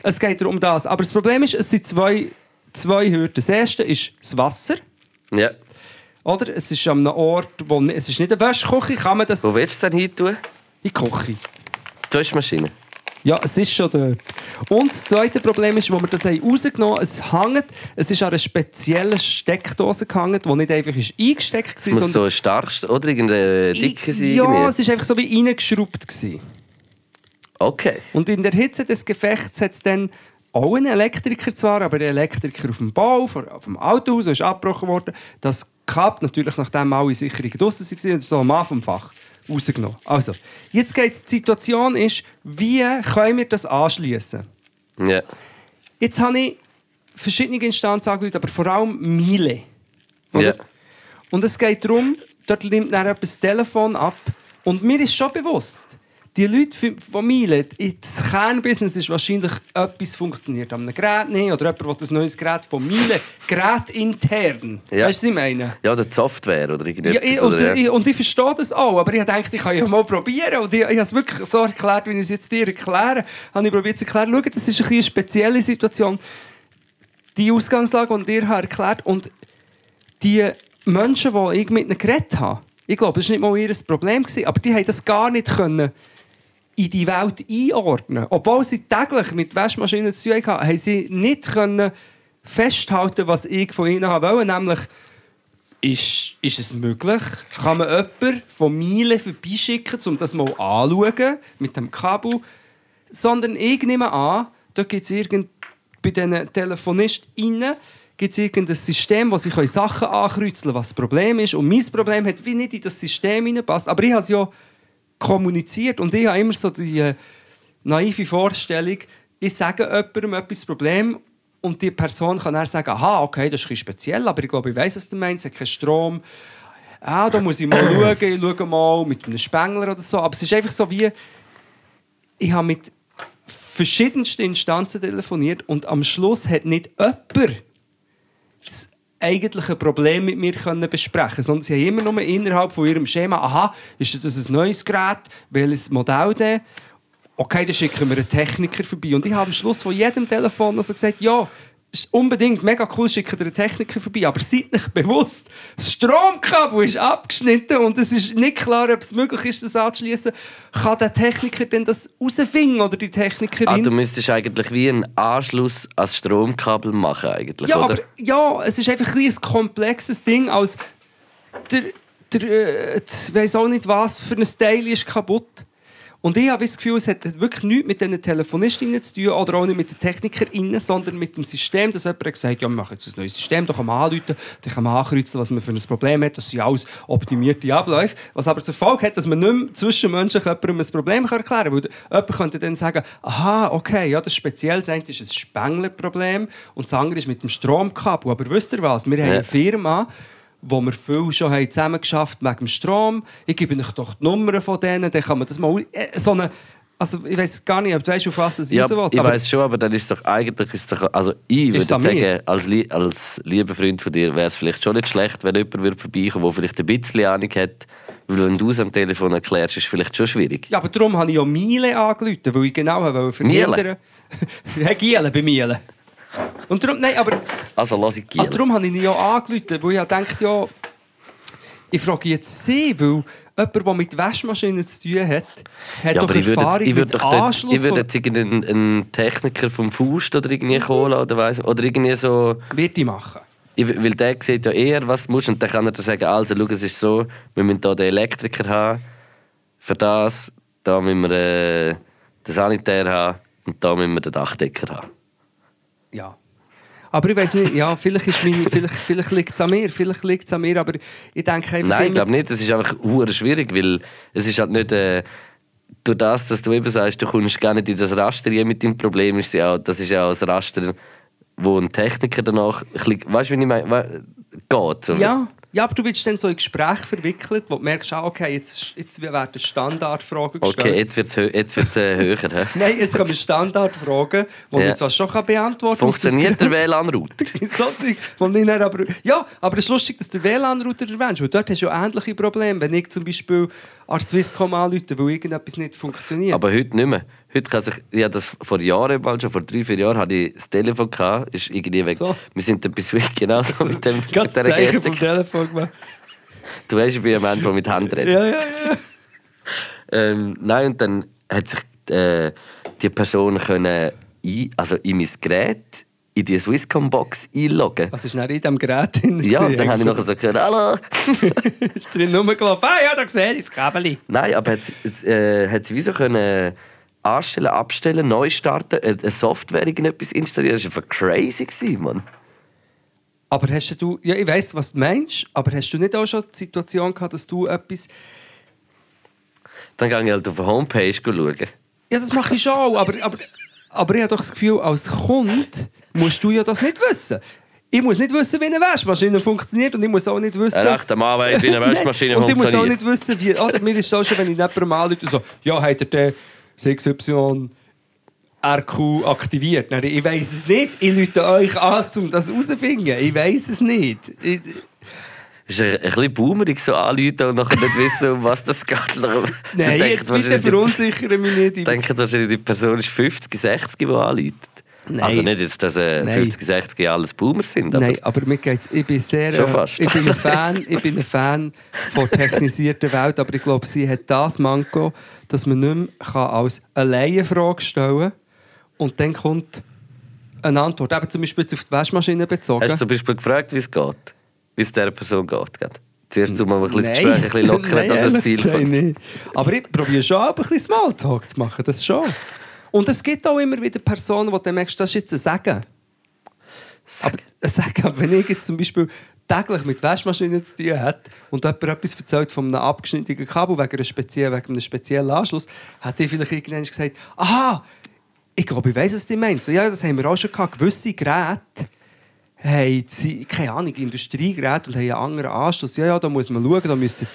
Speaker 3: Es geht darum das. Aber das Problem ist, es sind zwei, zwei Hürden. Das erste ist das Wasser.
Speaker 2: Ja.
Speaker 3: Oder? Es ist an einem Ort, wo ni- es ist nicht eine Wäschküche, kann man das in
Speaker 2: Wo willst du denn hin tun?
Speaker 3: die Küche.
Speaker 2: Die Waschmaschine.
Speaker 3: Ja, es ist schon dort. Und das zweite Problem ist, wo wir das haben rausgenommen haben, es hängt, es ist an einer speziellen Steckdose gehangen, die nicht einfach ist eingesteckt war,
Speaker 2: Muss so ein starkes oder irgendeine dicke sein.
Speaker 3: Ja,
Speaker 2: irgendwie.
Speaker 3: es war einfach so wie reingeschraubt. Gewesen.
Speaker 2: Okay.
Speaker 3: Und in der Hitze des Gefechts hat es dann auch einen Elektriker zwar, aber der Elektriker auf dem Bau, vor- auf dem Autohaus, der ist abgebrochen worden. Das Kabel natürlich, nachdem alle Sicherungen draussen waren, und so am Anfang vom Fach rausgenommen. Also, jetzt geht es, die Situation ist, wie können wir das anschließen?
Speaker 2: Ja.
Speaker 3: Jetzt habe ich verschiedene Instanzen angerufen, aber vor allem Miele.
Speaker 2: ja.
Speaker 3: Und es geht darum, dort nimmt dann jemand das Telefon ab. Und mir ist schon bewusst, Die Leute fi- von Miele, i- das Kernbusiness ist wahrscheinlich, etwas funktioniert an einem Gerät nicht oder jemand will ein neues Gerät von Miele, Gerät intern.
Speaker 2: Ja.
Speaker 3: Weißt du, was ich meine?
Speaker 2: Ja, oder die Software oder irgendetwas.
Speaker 3: Ja, ich, und,
Speaker 2: oder,
Speaker 3: ich, und ich verstehe das auch, aber ich dachte, ich kann ja mal probieren. Und ich, ich habe es wirklich so erklärt, wie ich es jetzt dir erkläre. Habe ich probiert zu erklären, schau, das ist ein bisschen eine spezielle Situation. Die Ausgangslage, die ich dir habe erklärt und die Menschen, die ich mit ihnen geredet habe, ich glaube, das war nicht mal ihr Problem, gewesen, aber die haben das gar nicht können in die Welt einordnen. Obwohl sie täglich mit Waschmaschinen zu tun hatten, haben sie nicht können festhalten, was ich von ihnen haben wollte, nämlich ist, ist es möglich? Kann man jemanden von Miele vorbeischicken, um das mal anzuschauen, mit dem Kabel? Sondern ich nehme an, da gibt es irgend bei diesen TelefonistInnen gibt es irgendein System, wo sie können Sachen ankreuzeln können, was das Problem ist. Und mein Problem hat wie nicht in das System hineinpasst. Aber ich habe es ja kommuniziert und ich habe immer so die äh, naive Vorstellung, ich sage jemandem etwas das Problem und die Person kann dann sagen, aha, okay, das ist ein bisschen speziell, aber ich glaube, ich weiß, was du meinst, es hat keinen Strom. Ah, da muss ich mal schauen, ich schaue mal mit einem Spengler oder so. Aber es ist einfach so wie, ich habe mit verschiedensten Instanzen telefoniert und am Schluss hat nicht jemand das eigentliche Problem mit mir können besprechen sondern sie haben immer nur innerhalb von ihrem Schema, aha, ist das ein neues Gerät, welches Modell denn? Okay, dann schicken wir einen Techniker vorbei. Und ich habe am Schluss von jedem Telefon also gesagt, ja, ist unbedingt mega cool, schickt ihr einen Techniker vorbei, aber seid nicht bewusst, das Stromkabel ist abgeschnitten und es ist nicht klar, ob es möglich ist, das anzuschließen. Kann der Techniker denn das rausfinden oder die Technikerin?
Speaker 2: ah, du müsstest eigentlich wie einen Anschluss ans Stromkabel machen, eigentlich,
Speaker 3: Ja,
Speaker 2: oder?
Speaker 3: aber ja, es ist einfach ein, bisschen ein komplexes Ding als der, der, äh, ich weiß auch nicht was für ein Teil ist kaputt. Und ich habe das Gefühl, es hat wirklich nichts mit diesen Telefonistinnen zu tun oder auch nicht mit den TechnikerInnen, sondern mit dem System, dass jemand gesagt hat, ja, wir machen jetzt ein neues System, da kann man anrufen, da kann man ankreuzen, was man für ein Problem hat, das sind alles optimierte Abläufe. Was aber zur Folge hat, dass man nicht mehr zwischen Menschen jemandem ein Problem kann erklären kann, weil jemand könnte dann sagen, aha, okay, ja, das speziell ist ein Spenglerproblem und das andere ist mit dem Stromkabel. Aber wisst ihr was, wir haben
Speaker 2: Ja.
Speaker 3: eine Firma, wo wir viel schon haben zusammengeschafft wegen dem Strom. Ich gebe euch doch die Nummern von denen, dann kann man das mal... äh, So eine, also ich weiß gar nicht, ob du weißt, auf was es
Speaker 2: Ja,
Speaker 3: raus will,
Speaker 2: ich
Speaker 3: aber-
Speaker 2: weiß schon, aber dann ist doch eigentlich, ist doch, also ich würde
Speaker 3: Ist es an mir?
Speaker 2: sagen, als, lie als lieber Freund von dir wäre es vielleicht schon nicht schlecht, wenn jemand würde vorbeikommen der vielleicht ein bisschen Ahnung hat, weil wenn du es am Telefon erklärst, ist es vielleicht schon schwierig.
Speaker 3: Ja, aber darum habe ich ja Miele angerufen, weil ich genau wollte verhindern...
Speaker 2: Miele?
Speaker 3: (laughs) Miele? Giele bei Miele. Und darum, nein, aber...
Speaker 2: Also lass ich
Speaker 3: Also
Speaker 2: gehen.
Speaker 3: darum habe ich ihn ja angerufen, weil ich ja denkt ja, ich frage jetzt sie, weil jemand, der mit Waschmaschinen zu tun hat, hat
Speaker 2: Ja,
Speaker 3: doch
Speaker 2: aber ich würde jetzt,
Speaker 3: Erfahrung
Speaker 2: ich würde
Speaker 3: mit
Speaker 2: doch dort,
Speaker 3: Anschluss.
Speaker 2: ich würde jetzt irgendeinen einen Techniker vom Faust oder irgendwie holen oder weiss, oder irgendwie so,
Speaker 3: von- Wird die machen.
Speaker 2: ich, weil der sieht ja eher, was du musst und dann kann er dir sagen, also schau, es ist so, wir müssen hier den Elektriker haben, für das, da müssen wir äh, den Sanitär haben und da müssen wir den Dachdecker haben.
Speaker 3: Ja. Aber ich weiß nicht, ja, vielleicht, ist meine, vielleicht, vielleicht liegt es an mir, vielleicht liegt es an mir, aber ich denke einfach...
Speaker 2: Nein, ich
Speaker 3: immer-
Speaker 2: glaube nicht. Es ist einfach hure schwierig, weil es ist halt nicht. Äh, durch das, dass du eben sagst, du kommst gar nicht in das Raster rein mit deinem Problem, ist ja auch, das ist ja auch ein Raster, wo ein Techniker danach. Weißt du, wie ich meine? we- Geht. So.
Speaker 3: Ja, ja, aber du wirst dann so in Gespräche verwickelt, wo du merkst, ah, okay, jetzt, jetzt werden Standardfragen gestellt.
Speaker 2: Okay, jetzt wird es jetzt wird's, äh, höher. hä?
Speaker 3: Nein, es kommen Standardfragen, die
Speaker 2: Ja.
Speaker 3: ich zwar schon kann beantworten kann. auf das (laughs)
Speaker 2: Funktioniert der WLAN-Router?
Speaker 3: so Zeug, wo ich dann aber... Ja, aber es ist lustig, dass der WLAN-Router erwähnst, weil dort hast du ja ähnliche Probleme, wenn ich zum Beispiel an Swisscom anrufe, weil irgendetwas nicht funktioniert.
Speaker 2: Aber heute nicht mehr. Heute kann sich, ich hatte das vor Jahren, bald schon vor drei, vier Jahren, hatte ich das Telefon, gehabt, ist irgendwie weg.
Speaker 3: So.
Speaker 2: Wir sind dann bis (laughs) weg, genau so mit, dem, mit
Speaker 3: Ganz
Speaker 2: dieser
Speaker 3: Zeichen vom
Speaker 2: Gestik.
Speaker 3: Telefon gemacht.
Speaker 2: Du weißt, ich bin ein Mensch, der mit Händen redet.
Speaker 3: Ja, ja, ja.
Speaker 2: Ähm, nein, und dann hat sich äh, die Person können ein, also in mein Gerät, in die Swisscom-Box einloggen.
Speaker 3: Was ist denn in diesem Gerät drin?
Speaker 2: Ja, und
Speaker 3: gewesen?
Speaker 2: dann habe ich noch so gehört, hallo. (laughs)
Speaker 3: (laughs) Ist drin rumgelaufen. Ah ja, da sehe ich das Kabel.
Speaker 2: nein, aber hat, sie- jetzt, äh, hat sie wieso können anstellen, abstellen, neu starten, äh, eine Software irgendetwas installieren. Das war einfach crazy, gewesen, Mann.
Speaker 3: Aber hast du, ja, ich weiß, was du meinst, aber hast du nicht auch schon die Situation gehabt, dass du etwas.
Speaker 2: Dann gehe ich halt auf die Homepage schauen.
Speaker 3: Ja, das mache ich schon, aber, aber, aber ich habe doch das Gefühl, als Kunde musst du ja das nicht wissen. Ich muss nicht wissen, wie eine Waschmaschine funktioniert und ich muss auch nicht wissen...
Speaker 2: Ein echter Mann weiss,
Speaker 3: (laughs)
Speaker 2: wie eine Waschmaschine
Speaker 3: und ich muss auch
Speaker 2: funktioniert.
Speaker 3: nicht wissen, wie... Oder mir ist es auch schon, wenn ich jemandem anrufe und so, ja, hat er den 6Y RQ aktiviert? Dann, ich weiss es nicht. Ich rufe euch an, um das herauszufinden. Ich weiss es nicht. Ich,
Speaker 2: Es ist ein, ein bisschen boomerig, so anrufen und nachher nicht wissen, um
Speaker 3: (laughs)
Speaker 2: was das geht.
Speaker 3: nein, jetzt bitte verunsichere mich nicht. Ich-
Speaker 2: denken wahrscheinlich, die Person ist 50, 60, die anruft.
Speaker 3: Nein.
Speaker 2: Also nicht jetzt, dass äh,
Speaker 3: Nein.
Speaker 2: 50, 60 alles Boomers sind, aber
Speaker 3: Nein, aber mir geht's, ich bin sehr,
Speaker 2: Schon
Speaker 3: äh,
Speaker 2: fast.
Speaker 3: ich bin ein Fan, ich bin ein Fan von technisierter Welt, aber ich glaube, sie hat das Manko, dass man nicht mehr kann als alleine Frage stellen und dann kommt eine Antwort, eben zum Beispiel jetzt auf die Waschmaschine bezogen.
Speaker 2: hast du zum Beispiel gefragt, wie es geht? Wie es dieser Person geht? gerade? Zuerst um mal ein bisschen das
Speaker 3: Nein.
Speaker 2: Gespräch ein bisschen
Speaker 3: (laughs)
Speaker 2: lockern,
Speaker 3: Nein,
Speaker 2: dass es
Speaker 3: ehrlich
Speaker 2: Ziel
Speaker 3: gesagt
Speaker 2: kommt.
Speaker 3: nicht. Aber ich probiere schon, ab, ein bisschen Smalltalk zu machen, das schon. Und es gibt auch immer wieder Personen, wo du merkst, das ist jetzt ein Segen. Aber, ein Segen, aber wenn ich jetzt zum Beispiel täglich mit Waschmaschinen zu tun hätte und jemand etwas erzählt von einem abgeschnittenen Kabel wegen, einer speziellen, wegen einem speziellen Anschluss, hätte ich vielleicht irgendwann gesagt, aha, ich glaube, ich weiss, was die meint. Ja, das haben wir auch schon gehabt. Gewisse Geräte haben, sie, keine Ahnung, Industriegeräte und haben einen anderen Anschluss. Ja, ja, da muss man schauen, da müsst ihr...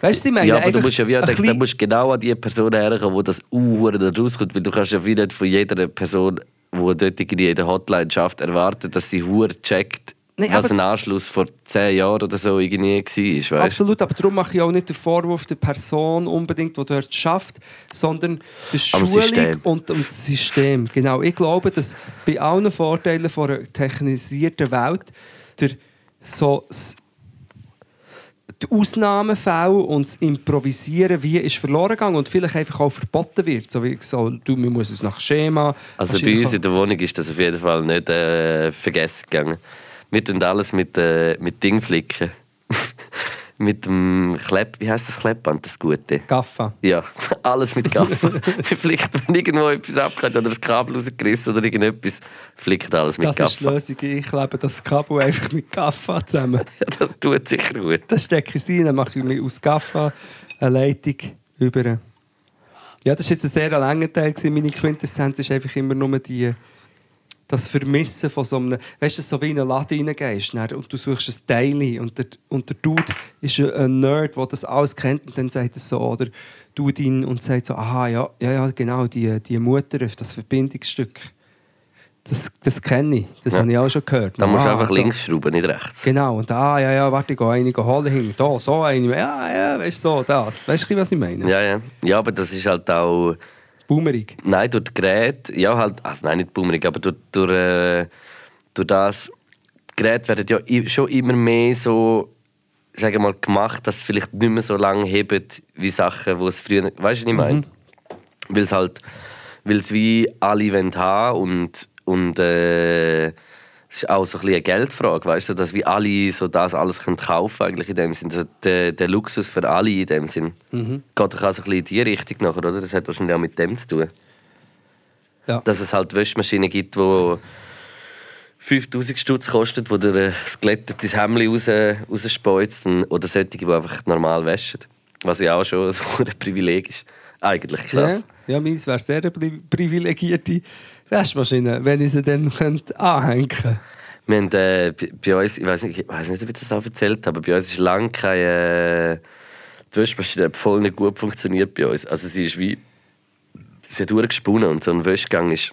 Speaker 3: Weißt du, was ich meine?
Speaker 2: Ja, aber du
Speaker 3: Einfach
Speaker 2: musst ja wie
Speaker 3: ein
Speaker 2: denken,
Speaker 3: bisschen-
Speaker 2: du musst genau an die Person herkommen, die das Uhren da rauskommt, weil du kannst ja wie nicht von jeder Person, die dort irgendwie in der Hotline schafft, erwarten, dass sie Huren checkt,
Speaker 3: Nein,
Speaker 2: was
Speaker 3: aber-
Speaker 2: ein Anschluss vor 10 Jahren oder so irgendwie war, weißt du?
Speaker 3: Absolut, aber darum mache ich auch nicht den Vorwurf der Person unbedingt, die dort schafft, sondern der
Speaker 2: Am System.
Speaker 3: Schulung und und das System. Genau, ich glaube, dass bei allen Vorteilen von einer technisierten Welt der so s- die Ausnahmefälle und das Improvisieren wie ist verloren gegangen und vielleicht einfach auch verboten wird. So wie so, du, man muss es nach Schema.
Speaker 2: Also bei
Speaker 3: wahrscheinlich
Speaker 2: uns in
Speaker 3: auch-
Speaker 2: der Wohnung ist das auf jeden Fall nicht äh, vergessen gegangen. Wir tun alles mit, äh, mit Ding flicken. (laughs) mit dem Klepp, wie heißt das Kleppband, das Gute?
Speaker 3: Gaffa.
Speaker 2: Ja, (laughs) alles
Speaker 3: (laughs)
Speaker 2: mit (laughs) Gaffer. Wir flicken, wenn irgendwo etwas abgeht oder das Kabel rausgerissen oder irgendetwas, flickt alles mit
Speaker 3: Das ist die
Speaker 2: Gaffer.
Speaker 3: Lösung. Ich klebe das Kabel einfach mit Gaffa zusammen.
Speaker 2: (laughs) Ja, das tut sicher gut.
Speaker 3: (laughs) Das stecke ich rein, dann mache ich mir aus Gaffa eine Leitung über. Ja, das war jetzt ein sehr langer Teil. gewesen. Meine Quintessenz ist einfach immer nur die, das Vermissen von so einem... Weißt du, so wie in einen Laden reingehst dann, und du suchst ein Teil und der, und der Dude ist ein- ein Nerd, der das alles kennt und dann sagt er so, oder tut ihn und sagt so, aha, ja, ja, ja genau, die, die Mutter, das Verbindungsstück. Das, das kenne ich, das
Speaker 2: Ja.
Speaker 3: habe ich auch schon gehört.
Speaker 2: Da musst du
Speaker 3: Ah,
Speaker 2: einfach
Speaker 3: so.
Speaker 2: links schrauben, nicht rechts.
Speaker 3: Genau, und ah, ja, ja, warte, ich gehe einige holen hin. Da, so eine, ja, ja, weißt du, so, das. Weißt du, was ich meine?
Speaker 2: Ja, ja. ja, aber das ist halt auch.
Speaker 3: Boomerig.
Speaker 2: Nein, durch die Geräte, ja halt, also nein, nicht boomerig, aber durch, durch, äh, durch das, die Geräte werden ja i- schon immer mehr so, sagen wir mal, gemacht, dass sie vielleicht nicht mehr so lange heben, wie Sachen, die es früher, weißt du, was ich meine? Weil es halt, weil es wie alle wollen haben und, und äh, es ist auch so ein bisschen eine Geldfrage, weißt du, dass wie alle so das alles können kaufen eigentlich in dem Sinn, so der, der Luxus für alle in dem Sinn. Geht doch auch so ein bisschen in die Richtung nachher, oder? Das hat wahrscheinlich auch mit dem zu tun
Speaker 3: Ja.
Speaker 2: dass es halt Wäschmaschinen gibt, die 5000 Stutz kosten, wo äh, dir ein glättetes Hemd raus, äh, rausspeuzt und- oder solche, die einfach normal wäschen. Was ja auch schon (laughs) so ein Privileg ist. Eigentlich krass.
Speaker 3: Ja, ja meins wäre sehr eine pri- privilegierte Waschmaschine, wenn ich sie dann (laughs) könnte anhängen könnte.
Speaker 2: Wir haben, äh, bei- bei uns, ich weiß nicht, ich weiss nicht, ob ich das auch erzählt habe, aber bei uns ist lange keine. Äh, die Wäschmaschine hat voll nicht gut funktioniert bei uns. Also sie ist wie. Sie hat durchgesponnen und so ein Wäschgang ist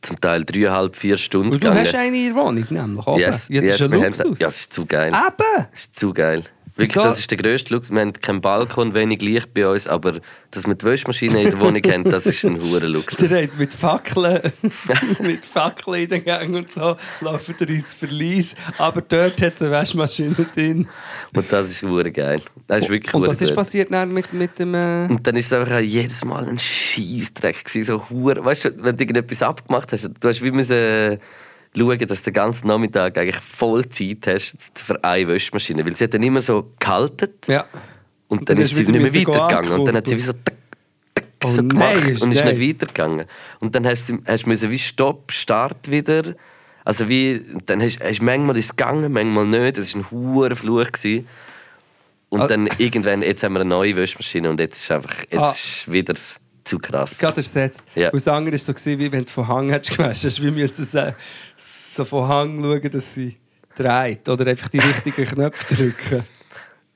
Speaker 2: zum Teil dreieinhalb, vier Stunden
Speaker 3: Und du
Speaker 2: gegangen.
Speaker 3: hast eine in der Wohnung, nämlich, oder?
Speaker 2: Yes,
Speaker 3: ja, das
Speaker 2: yes,
Speaker 3: ist ein
Speaker 2: wir haben-
Speaker 3: Luxus. Ah,
Speaker 2: Ja, das ist zu geil.
Speaker 3: Eben!
Speaker 2: Das ist zu geil. Wirklich,
Speaker 3: Wieso?
Speaker 2: das ist der grösste Luxus. Wir haben keinen Balkon, wenig Licht bei uns, aber dass wir die Wäschmaschine in der Wohnung haben, das ist ein hoher Luxus.
Speaker 3: (laughs) Der hat mit Fackeln,
Speaker 2: (laughs)
Speaker 3: (laughs) mit Fackeln in den Gängen und so, laufen er ins Verlies. Aber dort hat es eine Waschmaschine drin.
Speaker 2: Und das ist hure geil. Das ist wirklich
Speaker 3: Und
Speaker 2: hure
Speaker 3: was ist
Speaker 2: gut.
Speaker 3: passiert dann mit, mit dem. Äh
Speaker 2: Und dann ist es einfach auch jedes Mal ein Scheißdreck gewesen, so hure. Weißt du, wenn du irgendetwas abgemacht hast, du hast wie müssen äh, schauen, dass du den ganzen Nachmittag eigentlich voll Zeit hast für eine Wäschmaschine, weil sie hat dann immer so gehalten.
Speaker 3: ja.
Speaker 2: Und dann ist sie nicht mehr
Speaker 3: müssen
Speaker 2: weitergegangen. Und dann hat sie wie so tack, tack,
Speaker 3: Oh
Speaker 2: so
Speaker 3: nein,
Speaker 2: gemacht
Speaker 3: ist
Speaker 2: und ist
Speaker 3: geil.
Speaker 2: nicht weitergegangen. Und dann hast du, hast du müssen wie Stopp, Start wieder. Also wie, dann hast, hast manchmal ist es gegangen, manchmal nicht. Es war ein hoher Fluch. Gewesen. Und
Speaker 3: Ah.
Speaker 2: dann irgendwann, jetzt haben wir eine neue Wäschmaschine und jetzt ist einfach, jetzt
Speaker 3: Ah.
Speaker 2: ist wieder zu krass.
Speaker 3: Gerade ersetzt.
Speaker 2: Ja.
Speaker 3: Und das andere war so, gewesen, wie wenn du von Hang hättest gewaschen. Das ist wie müssen, äh, so von Hang schauen, dass sie dreht oder einfach die richtigen Knöpfe
Speaker 2: (laughs)
Speaker 3: drücken.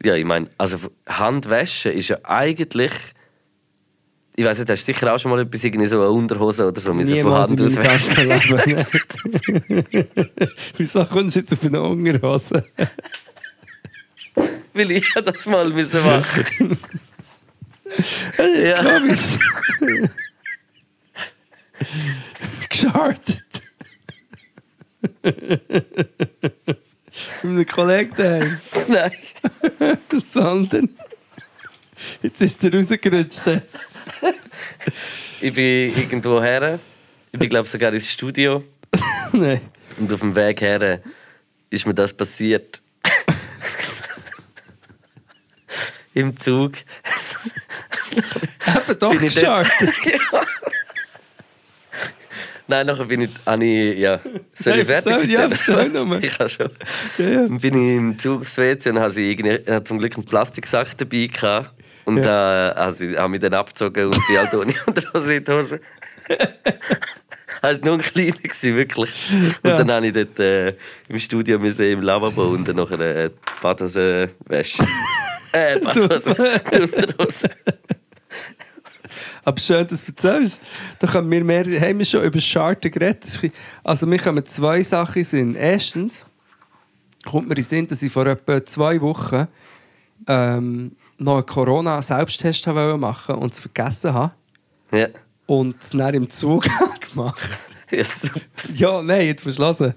Speaker 2: Ja, ich meine, also Handwäsche ist ja eigentlich. Ich weiß nicht, hast du sicher auch schon mal etwas irgendwie so eine Unterhose oder so müssen von
Speaker 3: Niemals in
Speaker 2: Hand
Speaker 3: meinem
Speaker 2: (laughs) auswäschen.
Speaker 3: ganzen Leben.
Speaker 2: (laughs)
Speaker 3: (laughs) Wieso kommst du jetzt auf eine Unterhose?
Speaker 2: Weil ich ja das mal müssen
Speaker 3: (laughs)
Speaker 2: machen. ja. (laughs)
Speaker 3: Komisch. Geschartet. Mit einem Kollegen daheim.
Speaker 2: Nein.
Speaker 3: Sondern. Jetzt ist er rausgerutscht. (laughs)
Speaker 2: Ich bin irgendwo her. Ich bin glaube sogar ins Studio
Speaker 3: Nein.
Speaker 2: und auf dem Weg her ist mir das passiert. (laughs) Im Zug.
Speaker 3: Eben doch
Speaker 2: Bin ich dort?
Speaker 3: geschartet.
Speaker 2: Nein, nachher bin ich. Ah, nee, ja. Soll ich
Speaker 3: Nein,
Speaker 2: fertig
Speaker 3: erzähl, ja,
Speaker 2: (laughs) erzählen?
Speaker 3: erzähl nur.
Speaker 2: Ich kann schon.
Speaker 3: Ja, ja.
Speaker 2: Dann bin ich im Zug aufs WC und habe sie irgendwie, hatte zum Glück einen Plastiksack dabei. Gehabt. Und äh, habe sie- habe mich dann abgezogen (laughs) und die alte ohne Unterhose in die Hose. Hast nur ein kleiner gewesen, wirklich. Und
Speaker 3: Ja.
Speaker 2: dann habe ich dort äh, im Studio müssen, im Lavabo und dann nachher äh, die Badhose
Speaker 3: (laughs)
Speaker 2: wäschen. äh, die Badhose, die Unterhose.
Speaker 3: (laughs) Aber schön, dass du erzählst. Da können wir mehr, haben wir schon über Charter geredet. Das ist ein bisschen- Also mir kommen zwei Sachen in den Sinn. Erstens kommt mir in den Sinn, dass ich vor etwa zwei Wochen ähm, noch einen Corona-Selbsttest haben wollte machen und es vergessen habe.
Speaker 2: Ja.
Speaker 3: Und es dann im Zug (laughs) gemacht.
Speaker 2: ja, super.
Speaker 3: (laughs) Ja, nein, jetzt musst du hören.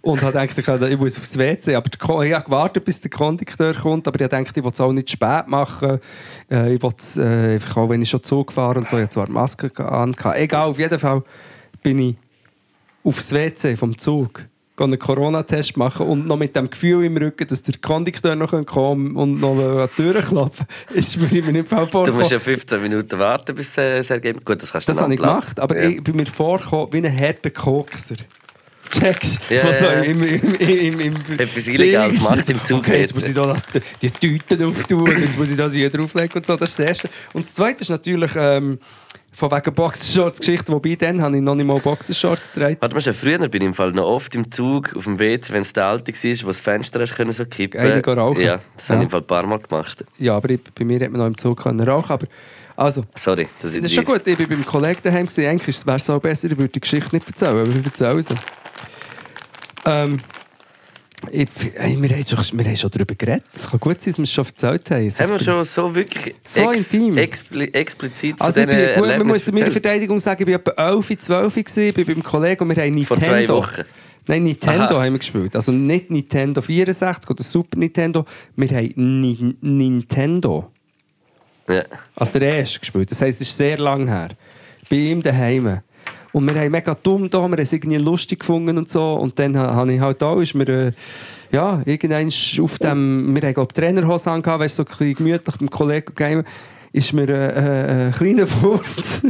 Speaker 3: Und habe gedacht, ich kann- ich muss aufs WC. Aber der Ko- ich habe gewartet, bis der Kondukteur kommt. Aber ich habe gedacht, ich will es auch nicht spät machen. Äh, Ich will es äh, einfach auch, wenn ich schon Zug fahre und so. Ich habe zwar die Maske ge- an. gehabt. Egal, auf jeden Fall bin ich aufs WC vom Zug. gehe einen Corona-Test machen und noch mit dem Gefühl im Rücken, dass der Kondukteur noch kommen kann und noch an die Tür klopfen ist mir in meinem Fall
Speaker 2: Du musst
Speaker 3: vorgekommen.
Speaker 2: ja 15 Minuten warten, bis äh, das Ergebnis. Gut, das kannst du
Speaker 3: Das
Speaker 2: dann
Speaker 3: habe ich
Speaker 2: abladen.
Speaker 3: gemacht, aber
Speaker 2: ja.
Speaker 3: ich bin mir vorgekommen wie ein harter Kokser. Checkst du,
Speaker 2: Ja,
Speaker 3: was
Speaker 2: ja, ja.
Speaker 3: im, im, im, im, im
Speaker 2: Etwas Illegales macht im Zug
Speaker 3: Okay, jetzt
Speaker 2: jetzt.
Speaker 3: muss ich da das, die Tüten auftun, jetzt muss ich das hier drauflegen und so. Das ist das Erste. Und das Zweite ist natürlich ähm, von wegen Boxershorts-Geschichte, wobei dann habe ich noch nicht mal Boxershorts getragen.
Speaker 2: Warte mal, schon früher bin ich im Fall noch oft im Zug, auf dem WC, wenn es der Alte war, wo das Fenster hast können, so kippen
Speaker 3: Eine gehen rauchen.
Speaker 2: Ja, das
Speaker 3: Ja.
Speaker 2: habe ich im Fall ein paar Mal gemacht.
Speaker 3: Ja, aber ich, bei mir hat man noch im Zug können rauchen aber also...
Speaker 2: Sorry, dass ich
Speaker 3: Das ist schon
Speaker 2: dich-
Speaker 3: gut, ich war beim Kollegen daheim, gewesen. eigentlich wäre es auch besser, ich würde die Geschichte nicht erzählen, aber ich erzähle sie. Ähm, ich, ey, wir, haben schon, wir haben schon darüber geredet, es kann gut sein, dass wir es schon erzählt haben. Es
Speaker 2: Haben wir
Speaker 3: ist-
Speaker 2: schon so wirklich
Speaker 3: So intim.
Speaker 2: expli explizit
Speaker 3: also ich
Speaker 2: von
Speaker 3: bin,
Speaker 2: diesen
Speaker 3: gut, man muss zu
Speaker 2: Erlebnissen
Speaker 3: meiner
Speaker 2: erzählt?
Speaker 3: Verteidigung sagen, ich war etwa 11, 12 gewesen, bin beim Kollegen und wir haben Nintendo.
Speaker 2: Vor zwei Wochen.
Speaker 3: Nein, Nintendo
Speaker 2: Aha.
Speaker 3: haben wir gespielt. Also nicht Nintendo 64 oder Super Nintendo, wir haben Ni Nintendo. (laughs)
Speaker 2: Ja.
Speaker 3: als Also der erste gespielt. Das heisst, es ist sehr lang her. Bei ihm daheim. Und wir haben mega dumm da, wir haben es irgendwie lustig gefunden und so. Und dann ha- habe ich halt auch, ist mir, äh, ja, irgendwann auf dem, wir haben, glaube ich, Trainerhose angehabt, weißt du, so ein bisschen gemütlich mit dem Kollegen gegangen, ist mir äh, äh, ein kleiner (laughs) Furz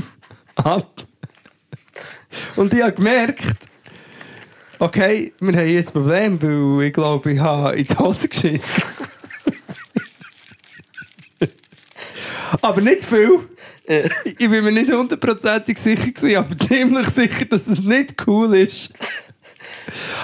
Speaker 3: ab. Und ich habe gemerkt, okay, wir haben hier ein Problem, weil ich glaube, ich habe in die Hose geschissen. Aber nicht viel. Ich bin mir nicht hundertprozentig sicher, gewesen, aber ziemlich sicher, dass es nicht cool ist.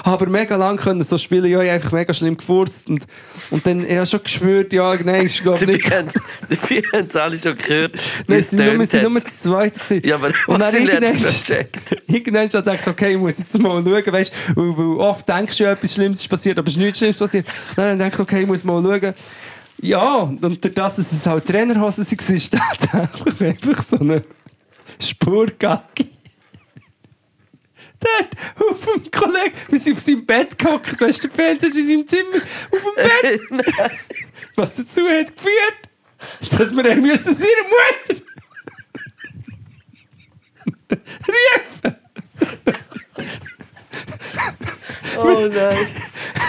Speaker 3: Aber mega lang können so spielen, ja, ich habe einfach mega schlimm gefurzt. Und, und dann, ich habe schon gespürt, ja, nein, ich glaube nicht.
Speaker 2: Dabei haben- (laughs) dabei haben es alle schon gehört. wie
Speaker 3: Nein,
Speaker 2: es
Speaker 3: es waren nur, wir
Speaker 2: tönt
Speaker 3: sind
Speaker 2: hat. (laughs)
Speaker 3: nur zu zweit. gewesen.
Speaker 2: Ja, aber
Speaker 3: und dann
Speaker 2: wahrscheinlich hat er
Speaker 3: irgendwann-
Speaker 2: das gecheckt.
Speaker 3: (laughs) Irgendwann schon gedacht, okay, ich muss jetzt mal schauen, weißt, weil, weil oft denkst du ja, etwas Schlimmes ist passiert, aber es ist nichts Schlimmes passiert. Und Dann denke ich, okay, ich muss mal schauen. Ja, und durch das, dass es halt Trainerhosen waren, ist tatsächlich (laughs) einfach so eine Spurgacke. Dort, auf dem Kollegen, wir sind auf seinem Bett gehockt, da ist der Fernseher in seinem Zimmer, auf dem Bett
Speaker 2: Genau.
Speaker 3: (laughs) was dazu hat geführt, dass wir dann müssen seine Mutter rufen.
Speaker 2: Oh nein.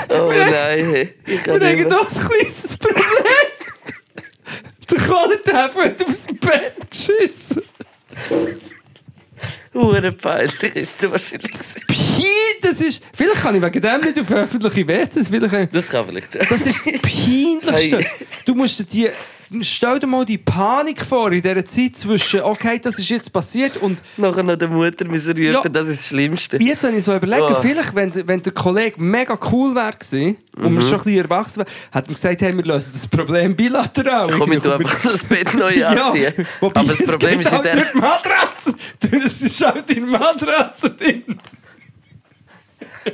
Speaker 2: Oh
Speaker 3: Wir haben-
Speaker 2: nein. hey. Ich kann
Speaker 3: Wir haben
Speaker 2: nicht mehr.
Speaker 3: doch ein kleines Problem. Der Kohlertäfer hat aufs Bett geschissen.
Speaker 2: Hure peinlich ist es wahrscheinlich. gewesen.
Speaker 3: Pie, das ist... Vielleicht kann ich wegen dem nicht auf öffentliche WCs, vielleicht...
Speaker 2: Das kann vielleicht
Speaker 3: Das ist das Peinlichste.
Speaker 2: Hey.
Speaker 3: Du musst dir die stell dir mal die Panik vor in dieser Zeit zwischen, okay, das ist jetzt passiert und
Speaker 2: Nachher noch der Mutter müssen rufen,
Speaker 3: Ja.
Speaker 2: das ist das Schlimmste.
Speaker 3: jetzt, wenn ich so überlege,
Speaker 2: Oh.
Speaker 3: vielleicht, wenn, wenn der Kollege mega cool wäre gewesen
Speaker 2: Mhm.
Speaker 3: und wir schon ein bisschen erwachsen wären, hat man gesagt, hey, wir lösen das Problem bilateral.
Speaker 2: Komm, ich tu einfach das
Speaker 3: (laughs)
Speaker 2: Bett neu anziehen.
Speaker 3: wobei
Speaker 2: Aber das
Speaker 3: es
Speaker 2: Problem
Speaker 3: geht
Speaker 2: ist in
Speaker 3: halt
Speaker 2: der...
Speaker 3: durch die Matratze. Durch- Es ist halt in der Matratze drin.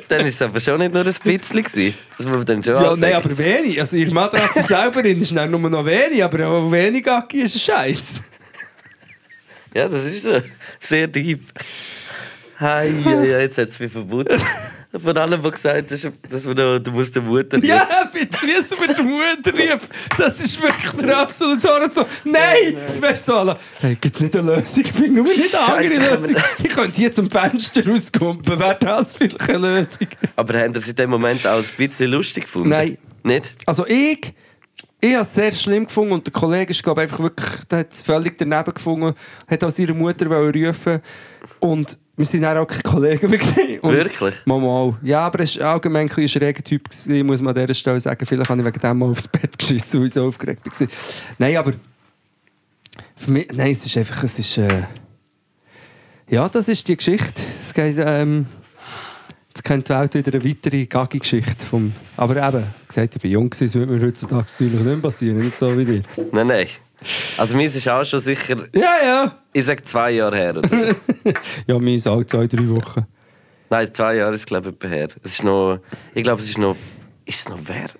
Speaker 2: Dann war es aber schon nicht nur ein bisschen. gewesen. Das muss man dann schon
Speaker 3: Ja,
Speaker 2: auch
Speaker 3: nein,
Speaker 2: sagen.
Speaker 3: aber wenig. Also ihre Matratze (laughs) selber drin ist dann nur noch wenig, aber auch wenig Acki ist ein Scheiß.
Speaker 2: Ja, das ist so. Sehr deep. Hei, ja, ja, jetzt hat es mich verbunden. Von allem, was gesagt hast, dass man noch, du musst der Mutter rufen.
Speaker 3: Ja, bitte, wie es mit der Mutter rief. Das ist wirklich der absolute Horror. So, nein, weißt du, alle, hey, gibt es nicht eine Lösung? Finden wir nicht eine
Speaker 2: Scheiße,
Speaker 3: andere
Speaker 2: kann man-
Speaker 3: Lösung? (laughs) Die können hier zum Fenster rauskumpen. Wäre das vielleicht eine Lösung?
Speaker 2: Aber haben sie in dem Moment auch ein bisschen lustig gefunden?
Speaker 3: Nein.
Speaker 2: Nicht?
Speaker 3: Also ich, ich habe es sehr schlimm gefunden und der Kollege ist, glaube ich, einfach wirklich, der hat es völlig daneben gefunden, hat auch seine Mutter wollen rufen und wir sind dann auch keine Kollegen mehr. gewesen. Und
Speaker 2: Wirklich?
Speaker 3: Mal, mal. Ja, aber er war allgemein ein bisschen schräger Typ, gewesen, muss man an dieser Stelle sagen. Vielleicht habe ich wegen dem mal aufs Bett geschissen, weil ich so aufgeregt war. Nein, aber für mich, nein, es ist einfach, es ist, äh, ja, das ist die Geschichte. Es geht, ähm, Jetzt kennt die Welt wieder eine weitere Gaggi-Geschichte. Vom Aber eben, gesagt, ich war jung, gewesen, das würde mir heutzutage natürlich nicht passieren, nicht so wie dir.
Speaker 2: Nein, nein. Also, mir ist auch schon sicher,
Speaker 3: Ja, ja.
Speaker 2: ich sage zwei Jahre her. Oder so.
Speaker 3: Ja, mir ist auch zwei, drei Wochen.
Speaker 2: nein, zwei Jahre ist, glaube ich, etwa her. Es ist noch, ich glaube, es ist noch. Ist es noch während?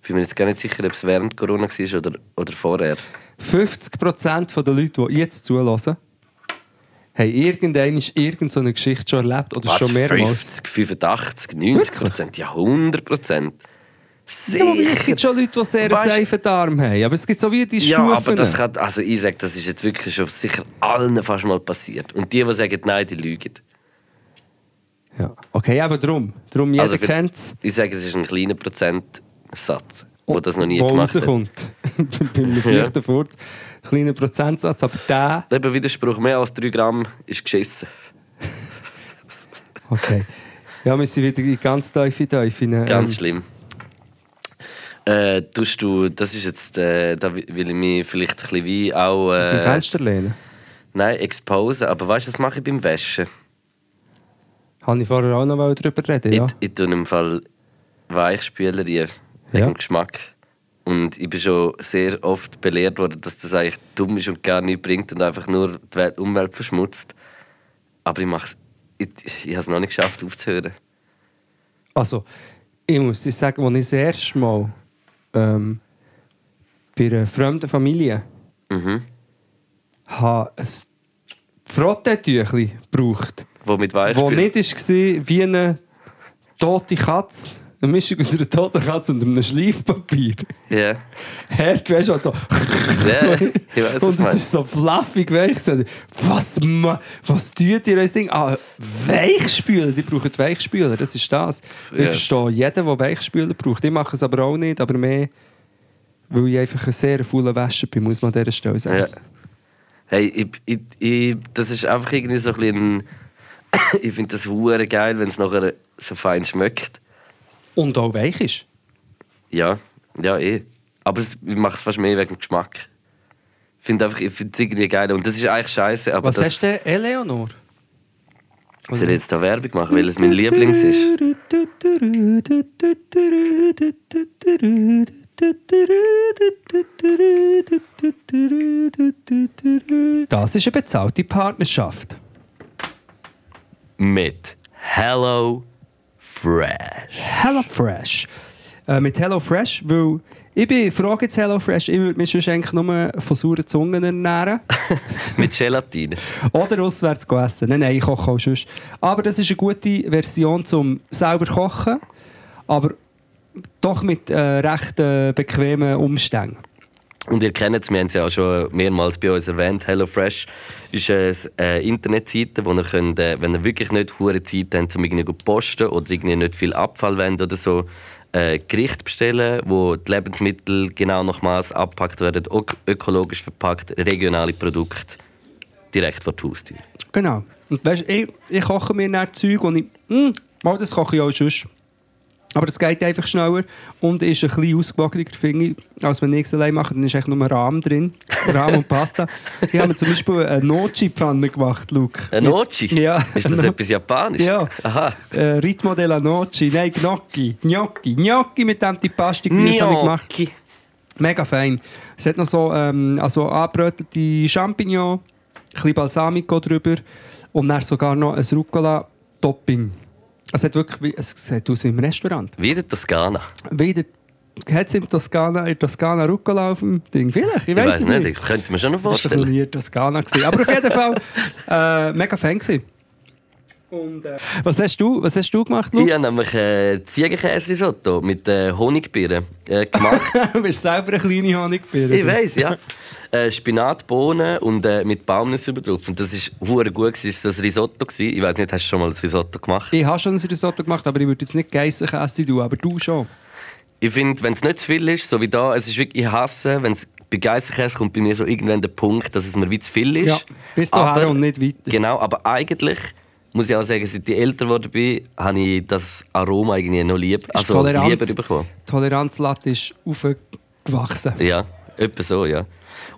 Speaker 2: Ich bin mir jetzt gar nicht sicher, ob es während Corona war oder, oder vorher.
Speaker 3: 50% der Leute, die jetzt zulassen, haben irgendeine irgendeine Geschichte schon erlebt oder
Speaker 2: Was,
Speaker 3: schon mehrmals.
Speaker 2: 50, 85, 90 Prozent, ja 100 Prozent.
Speaker 3: Ja, wobei, es
Speaker 2: Sicher.
Speaker 3: gibt schon Leute, die sehr einen
Speaker 2: Weißt-
Speaker 3: seifen Darm haben. Aber es gibt so wie die
Speaker 2: Ja,
Speaker 3: Stufen.
Speaker 2: aber das kann, also ich sage, das ist jetzt wirklich schon sicher allen fast mal passiert. Und die, die sagen, nein, die lügen.
Speaker 3: ja. Okay, eben drum. Drum, jeder
Speaker 2: Also für-
Speaker 3: kennt es.
Speaker 2: Ich sage, es ist ein kleiner Prozentsatz, wo das noch nie
Speaker 3: Oh, wo
Speaker 2: gemacht hat.
Speaker 3: rauskommt. (laughs) Beim vierten Fort. Kleiner Prozentsatz, aber der...
Speaker 2: Eben Widerspruch, mehr als 3 Gramm ist geschissen.
Speaker 3: Okay. Ja, wir sind wieder in ähm, ganz tiefe Teufel.
Speaker 2: Ganz schlimm. Äh, tust du, das ist jetzt, äh, da wi- will ich mich vielleicht ein bisschen wie auch.
Speaker 3: Aus dem
Speaker 2: Äh,
Speaker 3: Fenster lehnen.
Speaker 2: nein, expose. Aber weißt du, das mache ich beim Waschen.
Speaker 3: Habe ich vorher auch noch mal drüber reden ja.
Speaker 2: Ich, ich tue im Fall Weichspüler rein, wegen
Speaker 3: Ja.
Speaker 2: dem Geschmack. Und ich bin schon sehr oft belehrt worden, dass das eigentlich dumm ist und gar nichts bringt und einfach nur die Welt- Umwelt verschmutzt. Aber ich mach's. Ich, ich habe es noch nicht geschafft, aufzuhören.
Speaker 3: Also, ich muss dir sagen, als ich das erste Mal ähm, bei einer fremden Familie
Speaker 2: Mhm.
Speaker 3: habe ein Frottetüchli gebraucht
Speaker 2: Wo mit
Speaker 3: wo
Speaker 2: Weichspüler.
Speaker 3: nicht war wie eine tote Katze. Eine Mischung aus einer toten Katze und einem Schleifpapier.
Speaker 2: Ja.
Speaker 3: Hart, weißt du, und so. (laughs)
Speaker 2: Ja, ich weiß,
Speaker 3: und
Speaker 2: was du
Speaker 3: es
Speaker 2: meinst.
Speaker 3: ist so fluffig, weißt du. Was, ma- was tut ihr das Ding? Ah, Weichspüler, die brauchen Weichspüler, das ist das.
Speaker 2: Ja.
Speaker 3: Ich verstehe jeden, der Weichspüler braucht. Ich mache es aber auch nicht, aber mehr, weil ich einfach ein sehr fauler Wäscher bin, muss man an dieser Stelle sagen.
Speaker 2: Ja. Hey, ich, ich, ich, das ist einfach irgendwie so ein (coughs) bisschen. ich finde das hure geil, wenn es nachher so fein schmeckt.
Speaker 3: Und auch weich ist.
Speaker 2: Ja, ja, eh. Aber es, ich mache es fast mehr wegen dem Geschmack. Ich finde einfach, ich finde es irgendwie geil. Und das ist eigentlich scheiße, aber
Speaker 3: Was
Speaker 2: das
Speaker 3: hast du denn, Eleonor?
Speaker 2: soll ich jetzt da Werbung machen, weil es mein Lieblings ist.
Speaker 3: Das ist eine bezahlte Partnerschaft.
Speaker 2: Mit Hello Fresh.
Speaker 3: HelloFresh. Äh, mit HelloFresh, weil ich bin, frage jetzt HelloFresh, ich würde mich sonst eigentlich nur von sauren Zungen ernähren.
Speaker 2: Mit Gelatine.
Speaker 3: Oder auswärts gehen essen. Nein, nein, ich koche auch sonst. Aber das ist eine gute Version zum selber kochen, aber doch mit äh, recht äh, bequemen Umständen.
Speaker 2: Und ihr kennt es, wir haben es ja auch schon mehrmals bei uns erwähnt. HelloFresh ist äh, eine Internetseite, wo ihr könnt, äh, wenn ihr wirklich nicht hohe Zeit habt, um irgendwie zu posten oder irgendwie nicht viel Abfall wollt oder so, äh, Gerichte bestellen, wo die Lebensmittel genau nach Maß abgepackt werden, ök- ökologisch verpackt, regionale Produkte direkt vor die Haustür.
Speaker 3: Genau. hm, oh, Und weißt, ich, ich koche mir dann Zeug und ich, mm, mal, das koche ich auch sonst. Aber es geht einfach schneller und ist ein bisschen ausgewogener, finde ich, als wenn ich es allein mache. Dann ist eigentlich nur Rahm drin. Rahm und Pasta. Ich habe mir zum Beispiel eine Noci-Pfanne gemacht, Luke.
Speaker 2: Ein Ochi?
Speaker 3: Ja.
Speaker 2: Äh,
Speaker 3: (laughs)
Speaker 2: Ist das
Speaker 3: Eine-
Speaker 2: etwas Japanisches?
Speaker 3: Ja.
Speaker 2: Aha.
Speaker 3: Äh, Ritmo della Noci. Nein, Gnocchi. Gnocchi. Gnocchi mit Antipasti-Gemüse habe ich gemacht.
Speaker 2: Gnocchi.
Speaker 3: Mega fein. Es hat noch so ähm, also angebrötelte Champignon, ein bisschen Balsamico drüber und dann sogar noch ein Rucola-Topping. Es, hat wirklich, wie- es sieht aus wie im Restaurant.
Speaker 2: Wieder Toskana.
Speaker 3: Wieder hat es in Toskana, in Toskana Rucola auf dem Ding? Vielleicht, ich
Speaker 2: Ich
Speaker 3: weiß
Speaker 2: weiß
Speaker 3: es
Speaker 2: nicht.
Speaker 3: nicht.
Speaker 2: Ich könnte mir schon noch
Speaker 3: Das war
Speaker 2: vorstellen.
Speaker 3: nie in Toskana. gewesen. Aber auf jeden Fall äh, mega Fan. Gewesen. Und, äh, was, hast du, was hast du gemacht, Luke?
Speaker 2: Ich habe nämlich äh, Ziegenkäse-Risotto mit äh, Honigbeeren äh, gemacht.
Speaker 3: (laughs) du bist selber eine kleine Honigbeere.
Speaker 2: ich weiß ja. Äh, Spinat, Bohnen und äh, mit Baumnüsse drauf. Und das ist hure gut. gewesen. Das war so ein Risotto. Gewesen. Ich weiß nicht, hast du schon mal ein Risotto gemacht?
Speaker 3: Ich habe schon ein Risotto gemacht, aber ich würde jetzt nicht Geissenkäse tun, aber du schon.
Speaker 2: Ich finde, wenn es nicht zu viel ist, so wie da, es ist wirklich, ich hasse, wenn es bei Geissenkäse kommt bei mir so irgendwann der Punkt, dass es mir wie zu viel ist.
Speaker 3: Ja, bis dahin
Speaker 2: Aber-
Speaker 3: und nicht weiter.
Speaker 2: Genau, aber eigentlich muss ich auch sagen, seit ich älter geworden bin, habe ich das Aroma irgendwie noch lieb,
Speaker 3: Ist
Speaker 2: also lieber bekommen.
Speaker 3: Toleranzlatte ist aufgewachsen.
Speaker 2: Ja, etwa so, ja.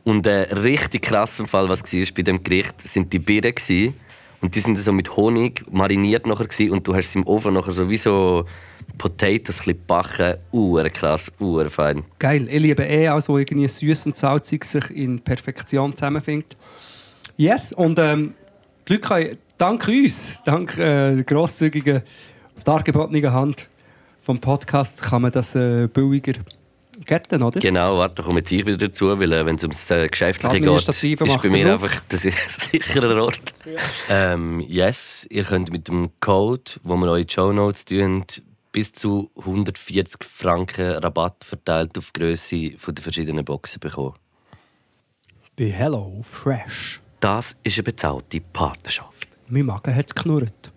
Speaker 2: Und äh, richtig krass im Fall, was war bei dem Gericht, sind die Birnen. gsi Und die sind so mit Honig mariniert nachher gsi und du hast sie im Ofen nachher so wie so Potatoes ein bisschen backen. Uhr krass, uhr fein.
Speaker 3: Geil, ich liebe eh alles, wo irgendwie süß und salzig sich in Perfektion zusammenfindet. Yes, und ähm, die Leute können, dank uns, dank äh, der grosszügigen, dargebotenen Hand vom Podcast kann man das äh, billiger getten, oder?
Speaker 2: Genau, warte, da komme jetzt ich wieder dazu, weil äh, wenn es ums äh, Geschäftliche geht, ist
Speaker 3: Administrative macht
Speaker 2: bei
Speaker 3: der
Speaker 2: mir
Speaker 3: Luke.
Speaker 2: einfach das ist (laughs) ein sicherer Ort. Ähm, yes, ihr könnt mit dem Code, wo wir euch in die Show Notes tun, bis zu 140 Franken Rabatt verteilt auf die Grösse von den verschiedenen Boxen bekommen.
Speaker 3: Bei Hello Fresh.
Speaker 2: Das ist eine bezahlte Partnerschaft.
Speaker 3: Mein Magen hat geknurrt.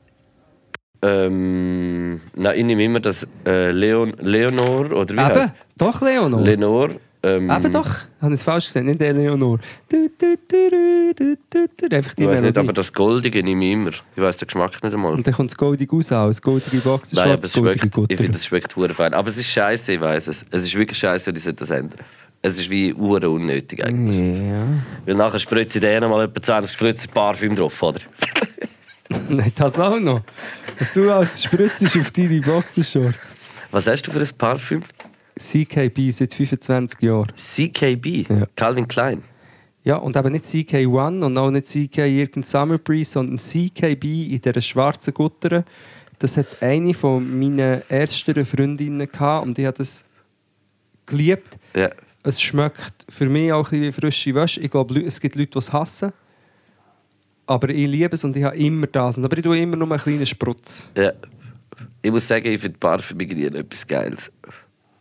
Speaker 2: Ähm, nein, ich nehme immer das äh, Leon, Leonor, oder
Speaker 3: Eben, doch, Leonor.
Speaker 2: Lenor.
Speaker 3: Eben doch, habe ich es falsch gesehen, nicht Eleonor. Du, du, du, du, du, du, du, einfach die
Speaker 2: Ich weiß
Speaker 3: Melodie.
Speaker 2: nicht, aber das Goldige nehme ich immer. Ich weiß den Geschmack nicht einmal.
Speaker 3: Und dann kommt das goldige raus, auch, das goldige Box,
Speaker 2: Nein, aber es schmeckt, ich finde,
Speaker 3: Gutter.
Speaker 2: es schmeckt hure fein. Aber es ist scheiße, ich weiß es. Es ist wirklich scheiße und ich sollte das ändern. Es ist wie hure unnötig eigentlich.
Speaker 3: Ja.
Speaker 2: Weil nachher spritze ich dir mal etwa 20 Spritzer Parfüm drauf, oder?
Speaker 3: Nein, das auch noch. Was du als spritzt auf deine Boxershorts.
Speaker 2: Was hast du für ein Parfüm?
Speaker 3: CKB seit 25 Jahren.
Speaker 2: CKB,
Speaker 3: Ja.
Speaker 2: Calvin Klein.
Speaker 3: Ja, und eben nicht CK1 und auch nicht CK irgendein Summer Breeze, sondern CKB in dieser schwarzen Gutter. Das hat eine von meinen ersten Freundinnen gehabt und ich habe das geliebt.
Speaker 2: Ja.
Speaker 3: Es schmeckt für mich auch ein bisschen wie frische Wäsche. Ich glaube, Leu- es gibt Leute, die es hassen. Aber ich liebe es und ich habe immer das. Und Aber ich tue immer nur einen kleinen Sprutz.
Speaker 2: ja. Ich muss sagen, ich finde Parfüm irgendwie etwas Geiles.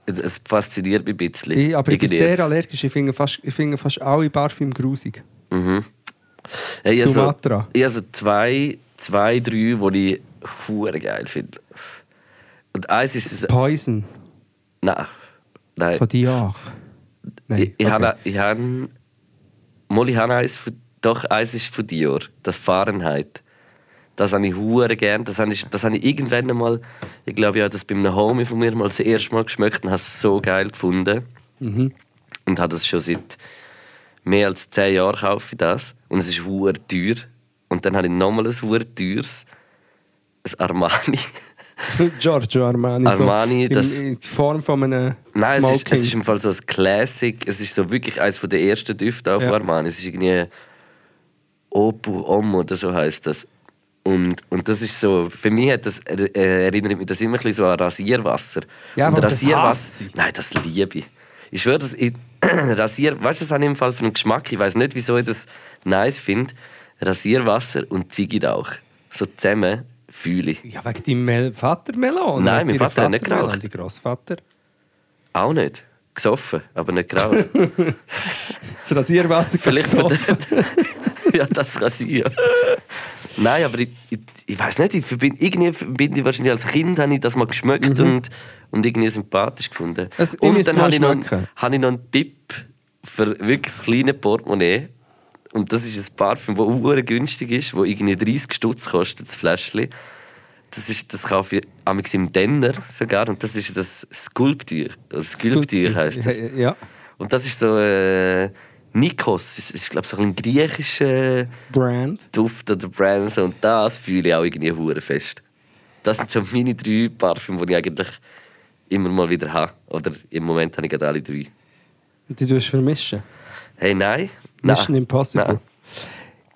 Speaker 2: Es- Es fasziniert mich ein bisschen.
Speaker 3: Ich, aber ich bin
Speaker 2: Irgendwie.
Speaker 3: sehr allergisch. Ich finde fast, ich finde fast alle Parfüm grusig.
Speaker 2: Hey, ich habe
Speaker 3: Sumatra.
Speaker 2: So, ich habe so zwei, zwei, drei, die ich hure geil finde. Und eins ist... Das
Speaker 3: Poison
Speaker 2: nein. Nein.
Speaker 3: von Dior. Nein.
Speaker 2: Ich, ich
Speaker 3: okay.
Speaker 2: habe, ich habe, Molly habe eins von, doch eins ist von Dior, das Fahrenheit. Das habe ich hure gern. Das habe ich, das habe ich irgendwann einmal, ich glaube ja, das bei einem Homie von mir mal das erste Mal geschmeckt und habe es so geil gefunden.
Speaker 3: Mhm.
Speaker 2: Und habe das schon seit mehr als zehn Jahren kaufe ich das und es ist hure teuer. Und dann habe ich nochmal ein hure teures, ein Armani. (laughs)
Speaker 3: Giorgio Armani.
Speaker 2: Armani,
Speaker 3: so
Speaker 2: das-
Speaker 3: in, in Form von einem
Speaker 2: Nein, es ist,
Speaker 3: Smoking.
Speaker 2: es ist im Fall so ein Classic. Es ist so wirklich eines der ersten Düfte auf
Speaker 3: Ja.
Speaker 2: Armani. Es ist irgendwie Opu Om oder so heißt das. Und, und das ist so, für mich hat das, äh, erinnert mich das immer ein bisschen so an Rasierwasser.
Speaker 3: Ja,
Speaker 2: und
Speaker 3: aber das hasse ich.
Speaker 2: Nein, das liebe ich. Ich schwöre, das ich, (clears throat) Rasier, weißt du, das habe ich im Fall für einen Geschmack. Ich weiß nicht, wieso ich das nice finde. Rasierwasser und Ziegenrauch. So zusammen fühle ich.
Speaker 3: Ja, wegen deinem Mel Vater Melon.
Speaker 2: Nein, mein Vater hat nicht geraucht.
Speaker 3: Dein Grossvater.
Speaker 2: Auch nicht. Gesoffen, aber nicht geraucht.
Speaker 3: Das Rasierwasser
Speaker 2: (laughs) Vielleicht
Speaker 3: gesoffen. (laughs)
Speaker 2: von der- (laughs) Ja, das kann sein. Ja. Nein, aber ich, ich, ich weiß nicht, ich verbinde, irgendwie verbinde ich wahrscheinlich als Kind habe ich das mal geschmeckt
Speaker 3: Mhm.
Speaker 2: und, und irgendwie sympathisch gefunden.
Speaker 3: Also, ich muss
Speaker 2: und dann
Speaker 3: mal
Speaker 2: habe ich, noch,
Speaker 3: schmecken.
Speaker 2: habe ich noch einen Tipp für wirklich das kleine Portemonnaie. Und das ist ein Parfüm, das unglaublich günstig ist, das irgendwie 30 Stutz kostet, das Fläschchen. Das, ist, das kaufe ich amigs im Denner sogar. Und das ist das Skulptür. Also Skulptür heisst das.
Speaker 3: Ja, ja.
Speaker 2: Und das ist so äh, Nikos. Das ist, glaube ich, so ein griechischer
Speaker 5: Brand.
Speaker 2: Duft oder Brand. so. Und das fühle ich auch irgendwie hure fest. Das sind so meine drei Parfüme, die ich eigentlich immer mal wieder habe. Oder im Moment habe ich gerade alle drei.
Speaker 5: Und die tust du vermischen.
Speaker 2: Hey, nein. nein.
Speaker 5: Mission Impossible.
Speaker 2: Nein.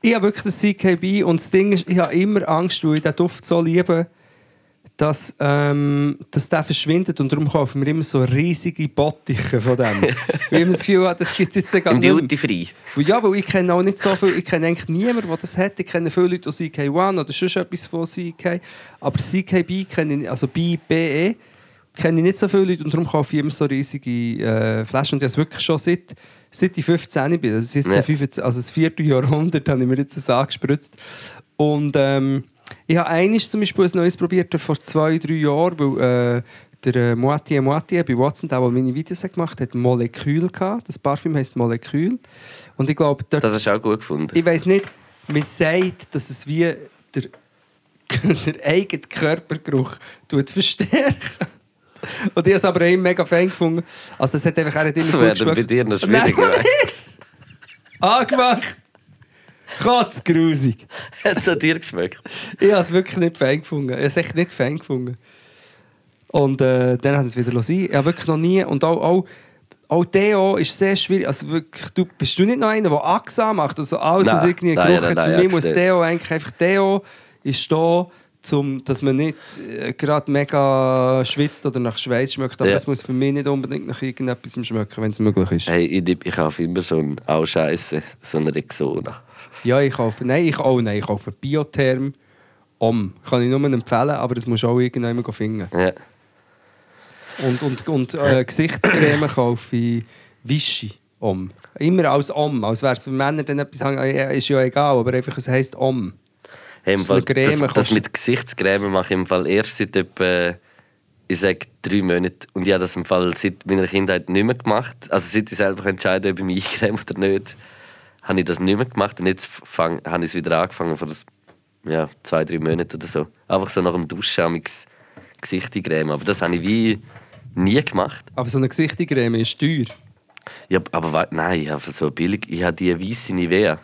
Speaker 3: Ich habe wirklich das CKB und das Ding ist, ich habe immer Angst, weil ich den Duft so liebe, dass, ähm, dass der verschwindet und darum kaufen wir immer so riesige Bottiche von
Speaker 2: (laughs)
Speaker 3: dem. weil ich immer das Gefühl habe, das gibt es jetzt gar
Speaker 2: Im
Speaker 3: nicht mehr.
Speaker 2: Duty Free.
Speaker 3: Weil Ja, weil ich kenne auch nicht so viel, ich kenne eigentlich niemanden, der das hat. Ich kenne viele Leute aus CK1 oder sonst etwas von CK, aber CKB kenne ich, also BBE, kenne ich nicht so viele Leute und darum kaufe ich immer so riesige äh, Flaschen. Und ich habe es wirklich schon seit, seit ich 15 bin, also jetzt
Speaker 2: Ja.
Speaker 3: ja. 25, also das vierte Jahrhundert, habe ich mir jetzt das angespritzt. Und ähm, ich habe eines zum Beispiel ein neues probiert, vor zwei, drei Jahren, weil äh, der äh, Moitié Moitié bei Watson, der, der meine Videos hat gemacht hat, Molekül gehabt. Das Parfüm heisst Molekül. Und ich glaube, dort-
Speaker 2: Das hast du auch gut (laughs) gefunden.
Speaker 3: ich weiß nicht, man sagt, dass es wie der, (laughs) der eigene Körpergeruch tut verstärken. Und ich habe es aber auch mega fan gefunden. Also es hat einfach auch nicht immer
Speaker 2: Das
Speaker 3: gut
Speaker 2: wäre dann
Speaker 3: geschmeckt.
Speaker 2: bei dir noch
Speaker 3: Nein, (laughs)
Speaker 2: schwieriger.
Speaker 3: Angemacht! Kotzgrusig!
Speaker 2: Hat es an dir geschmeckt?
Speaker 3: (laughs) Ich habe es wirklich nicht fan gefunden. Ich habe es echt nicht fan gefunden. Und äh, dann haben es wieder sein. Ich habe wirklich noch nie. Und auch, auch, auch DO ist sehr schwierig. Also wirklich, du, bist du nicht noch einer, der AXA macht? Also alles, was
Speaker 2: Nein.
Speaker 3: irgendwie
Speaker 2: Nein,
Speaker 3: Geruch
Speaker 2: nein,
Speaker 3: hat.
Speaker 2: nein,
Speaker 3: Für mich
Speaker 2: Axe
Speaker 3: muss
Speaker 2: nicht.
Speaker 3: DO eigentlich einfach DO ist da, zum, dass man nicht äh, gerade mega schwitzt oder nach Schweiß schmeckt. Aber
Speaker 2: Ja.
Speaker 3: es muss für mich nicht unbedingt nach irgendetwas schmecken, wenn es möglich ist.
Speaker 2: Hey, ich, lieb- ich kaufe immer so einen auch Scheiße, so einen Rexona.
Speaker 3: Ja, ich kaufe. Nein, ich, oh, nein, ich kaufe Biotherm. Om. Kann ich nur empfehlen, aber das musst du auch irgendjemand finden.
Speaker 2: Ja.
Speaker 3: Und, und, und äh, Gesichtscreme kaufe ich Vichy Om. Immer als Om, als wäre es für Männer dann etwas, äh, ist ja egal, aber einfach es heisst Om.
Speaker 2: Hey, im
Speaker 3: So eine
Speaker 2: Fall,
Speaker 3: Creme
Speaker 2: das, das
Speaker 3: kostet-
Speaker 2: mit Gesichtscreme mache ich im Fall erst seit etwa, ich sage, drei Monaten. Und ich habe das im Fall seit meiner Kindheit nicht mehr gemacht. Also seit ich selber entscheide, ob ich mich eincreme oder nicht, habe ich das nicht mehr gemacht. Und jetzt fang, habe ich es wieder angefangen, vor ja, zwei, drei Monaten oder so. Einfach so nach dem Duschen habe ich das Gesicht eincremen. Aber das habe ich wie nie gemacht.
Speaker 3: Aber so eine Gesichtscreme ist teuer.
Speaker 2: Ja, aber wa- nein, ich habe so billig. Ich habe die weiße Nivea.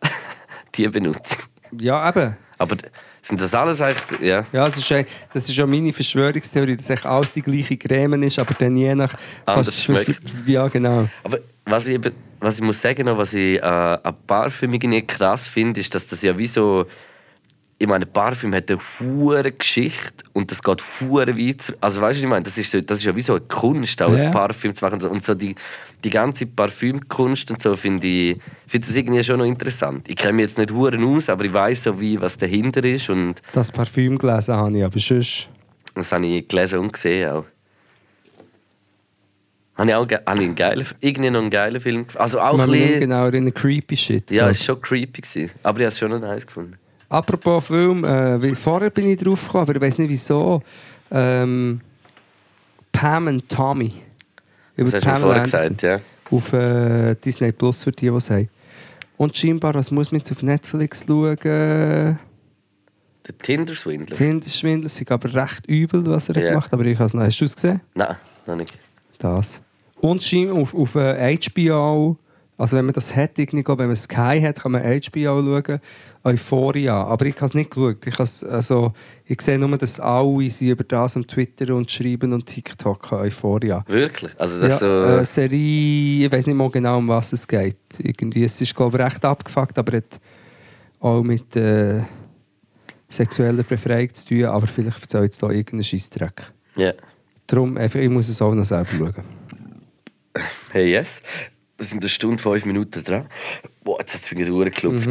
Speaker 2: (laughs) die benutze ich.
Speaker 3: Ja, eben.
Speaker 2: Aber d- sind das alles eigentlich. Ja.
Speaker 3: Ja, das ist, äh, das ist ja meine Verschwörungstheorie, dass echt alles die gleiche Creme ist, aber dann je nach...
Speaker 2: Anders
Speaker 3: kannst du-
Speaker 2: schmeckt.
Speaker 3: Ja, genau.
Speaker 2: Aber was ich, eben, was ich muss sagen, noch, was ich äh, an Parfüm irgendwie krass finde, ist, dass das ja wie so. Ich meine, Parfüm hat eine hure Geschichte und das geht hure weit. zurück. Also weißt du, was ich meine, das ist, so, das ist ja wie so eine Kunst, auch
Speaker 5: Ja.
Speaker 2: ein Parfüm zu machen. Und so die, die ganze Parfümkunst und so finde ich, finde das irgendwie schon noch interessant. Ich kenne mich jetzt nicht huren aus, aber ich weiß so wie, was dahinter ist und
Speaker 3: Das Parfüm gelesen habe ich, aber sonst...
Speaker 2: Das habe ich gelesen und gesehen auch. Habe ich auch ge habe ich einen geilen, irgendwie noch einen geilen Film gef- Also auch
Speaker 3: Man
Speaker 2: ein
Speaker 3: nimmt
Speaker 2: bisschen,
Speaker 3: genau in creepy shit.
Speaker 2: Ja,
Speaker 3: glaub
Speaker 2: es war schon creepy. Gewesen, aber ich habe es schon noch nice gefunden.
Speaker 3: Apropos Film, äh, weil vorher bin ich drauf gekommen, aber ich weiß nicht wieso. Ähm, Pam und Tommy. Über
Speaker 2: Das hast du mir vorher gesagt, ja.
Speaker 3: Auf äh, Disney Plus für die, die es haben. Und scheinbar, was muss man jetzt auf Netflix schauen?
Speaker 2: Der Tinder-Swindler?
Speaker 3: Tinderschwindel, es ist aber recht übel, was er
Speaker 2: Ja.
Speaker 3: gemacht hat. Aber ich habe es noch. Hast du es gesehen?
Speaker 2: Nein, noch nicht.
Speaker 3: Das. Und scheinbar auf, auf äh, HBO, also wenn man das hat, irgendwie, ich glaube, wenn man Sky hat, kann man HBO schauen. Euphoria. Aber ich habe es nicht geschaut. Ich, has- also, ich sehe nur, dass alle sie über das am Twitter und schreiben und TikTok haben, Euphoria.
Speaker 2: Wirklich? Also das
Speaker 3: ja, äh,
Speaker 2: so...
Speaker 3: Serie, ich weiß nicht mal genau, um was es geht. Irgendwie, es ist, glaube ich, recht abgefuckt, aber hat auch mit äh, sexueller Befreiung zu tun. Aber vielleicht erzähle ich jetzt da irgendeinen Scheissdreck.
Speaker 2: Ja.
Speaker 3: Darum, einfach, ich muss es auch noch selber schauen.
Speaker 2: Hey, yes. Wir sind eine Stunde, fünf Minuten dran. Boah, jetzt hat es wieder Uhr geklopft.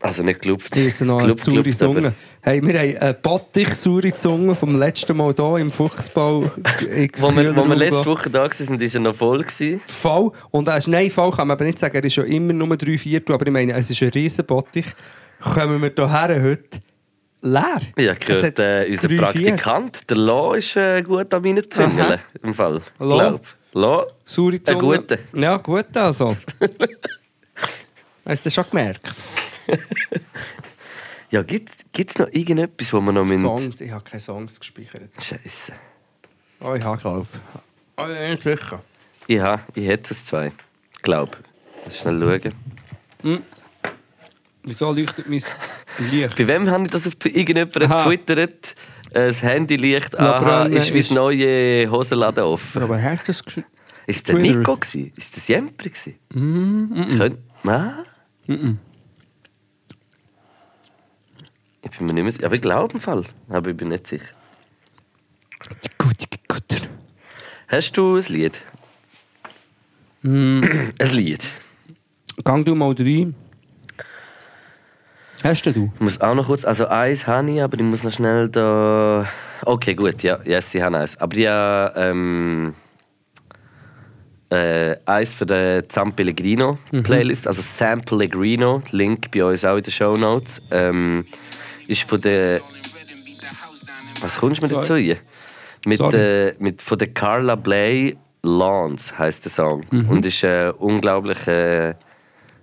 Speaker 2: Also nicht geklopft.
Speaker 3: Die Mhm, ist noch eine
Speaker 2: Klopft,
Speaker 3: saure
Speaker 2: klopft, aber-
Speaker 3: Zunge. Hey, wir haben eine Bottich-saure Zunge vom letzten Mal hier im
Speaker 2: (laughs)
Speaker 3: Fuchsbau.
Speaker 2: Wo wir, wo wir letzte Woche da waren, war er noch voll. Gewesen.
Speaker 3: Voll. Und als Nein, voll kann man aber nicht sagen, er ist ja immer nur drei Viertel, aber ich meine, es ist ein riesen Bottich. Kommen wir hierher heute leer.
Speaker 2: Ja,
Speaker 3: Es
Speaker 2: gehört
Speaker 3: hat
Speaker 2: äh,
Speaker 3: drei
Speaker 2: unser
Speaker 3: Viertel.
Speaker 2: Praktikant. Der Lo ist äh, gut an meinen Züngeln.
Speaker 3: Aha.
Speaker 2: Im Fall.
Speaker 3: Lo?
Speaker 2: Glaub. Lo?
Speaker 3: Saure Zunge.
Speaker 2: Ein guter.
Speaker 3: Ja, gut
Speaker 2: (laughs)
Speaker 3: also. Hast du das schon gemerkt?
Speaker 2: Ja, gibt es noch irgendetwas, wo man noch mit...
Speaker 6: Songs, ich habe keine Songs gespeichert.
Speaker 2: Scheiße.
Speaker 6: Oh, ich habe, glaube ich.
Speaker 3: Ah,
Speaker 6: Oh, ja, sicher.
Speaker 2: Ich, ha, ich hätte es zwei. Glaub. Lass Schnell schauen.
Speaker 6: Wieso leuchtet mein Licht?
Speaker 2: Bei wem habe ich das auf Twi- irgendjemandem
Speaker 6: Aha.
Speaker 2: getwittert? Äh, Das Handylicht
Speaker 6: La
Speaker 2: aha,
Speaker 6: Brenne
Speaker 2: ist wie das
Speaker 6: ist-
Speaker 2: neue Hosenladen offen.
Speaker 6: Aber hast du das geschrieben?
Speaker 2: Ist der
Speaker 6: Twitter. Mm,
Speaker 2: Nico? Gewesen? Ist das Jemper? gewesen? Könnt- Ah? Ich bin mir nicht mehr sicher. Aber ich glaube im Fall. Aber ich bin nicht sicher.
Speaker 6: Gut, gut.
Speaker 2: Hast du ein Lied?
Speaker 6: Mm.
Speaker 2: ein Lied.
Speaker 3: Gang du mal rein. Hast du du?
Speaker 2: Ich muss auch noch kurz. Also eins habe ich, aber ich muss noch schnell da. Okay, gut, ja, yes, ich habe eins. Aber ja, ähm. Äh, eins für den Sam Pellegrino Playlist, also Sam Pellegrino, Link bei uns auch in den Show Notes. Ähm, ist von der. Was kommst du mir dazu hier? Mit, äh, mit, von der Carla Bley, Lance heißt der Song. Und ist ein unglaublich äh,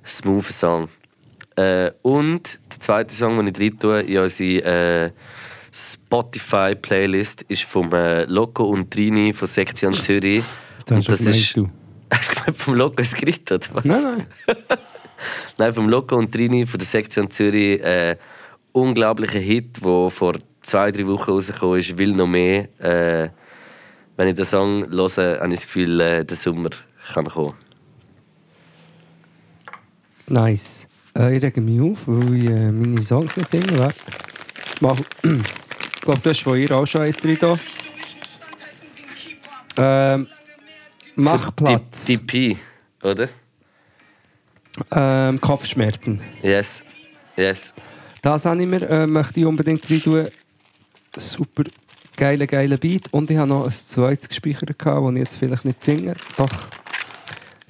Speaker 2: smoother Song. Äh, und der zweite Song, den ich drin tue, in unsere äh, Spotify-Playlist, ist vom äh, Loco und Trini von Sektion Zürich. und das ist.
Speaker 3: du.
Speaker 2: (laughs) Hast du gemeint, vom Loco ist geredet, oder was?
Speaker 3: Nein, nein.
Speaker 2: Nein, vom Loco und Trini von der Sektion Zürich. Äh, unglaublicher Hit, der vor zwei, drei Wochen rausgekommen ist. Will noch mehr. Äh, wenn ich den Song höre, habe ich das Gefühl, äh, der Sommer kann kommen.
Speaker 3: Nice. Äh, ich rege mich auf, weil ich äh, meine Songs nicht finden werde. Mach. (clears throat) Ich glaube, du hast von ihr auch schon eins drin. da. Ähm, mach Platz.
Speaker 2: Die- die P, oder?
Speaker 3: Ähm, Kopfschmerzen.
Speaker 2: Yes. Yes.
Speaker 3: Das habe ich mir, äh, möchte ich unbedingt rein tun. Super geiler, geiler Beat. Und ich habe noch ein zweites gespeichert, gehabt, das ich jetzt vielleicht nicht finde. Doch,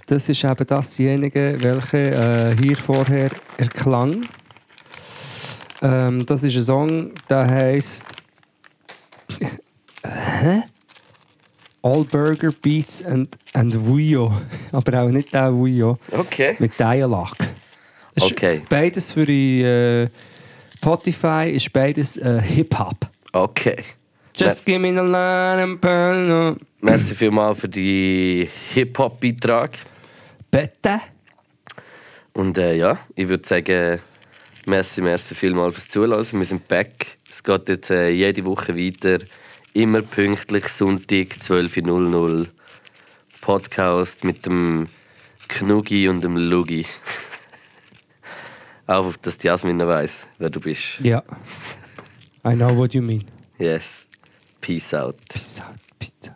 Speaker 3: das ist eben dasjenige, welche äh, hier vorher erklang. Ähm, das ist ein Song, der heißt (laughs) All Burger Beats and, and Wio. (laughs) Aber auch nicht der Wio.
Speaker 2: Okay.
Speaker 3: Mit Dialog. Ist
Speaker 2: Okay.
Speaker 3: Beides für die, äh, Spotify ist beides äh, Hip-Hop.
Speaker 2: Okay.
Speaker 3: Just give me the line and burn up.
Speaker 2: Merci vielmals für die Hip-Hop-Beitrag.
Speaker 3: Bitte?
Speaker 2: Und äh, ja, ich würde sagen, merci, merci vielmals fürs Zuhören. Wir sind back. Es geht jetzt äh, jede Woche weiter. Immer pünktlich, Sonntag, 12.00 Uhr. Podcast mit dem Knugi und dem Lugi. (laughs) Auch, auf, dass die Jasmin noch weiss, wer du bist.
Speaker 3: Ja. I know what you mean.
Speaker 2: Yes. Peace out.
Speaker 3: Pizza, Pizza.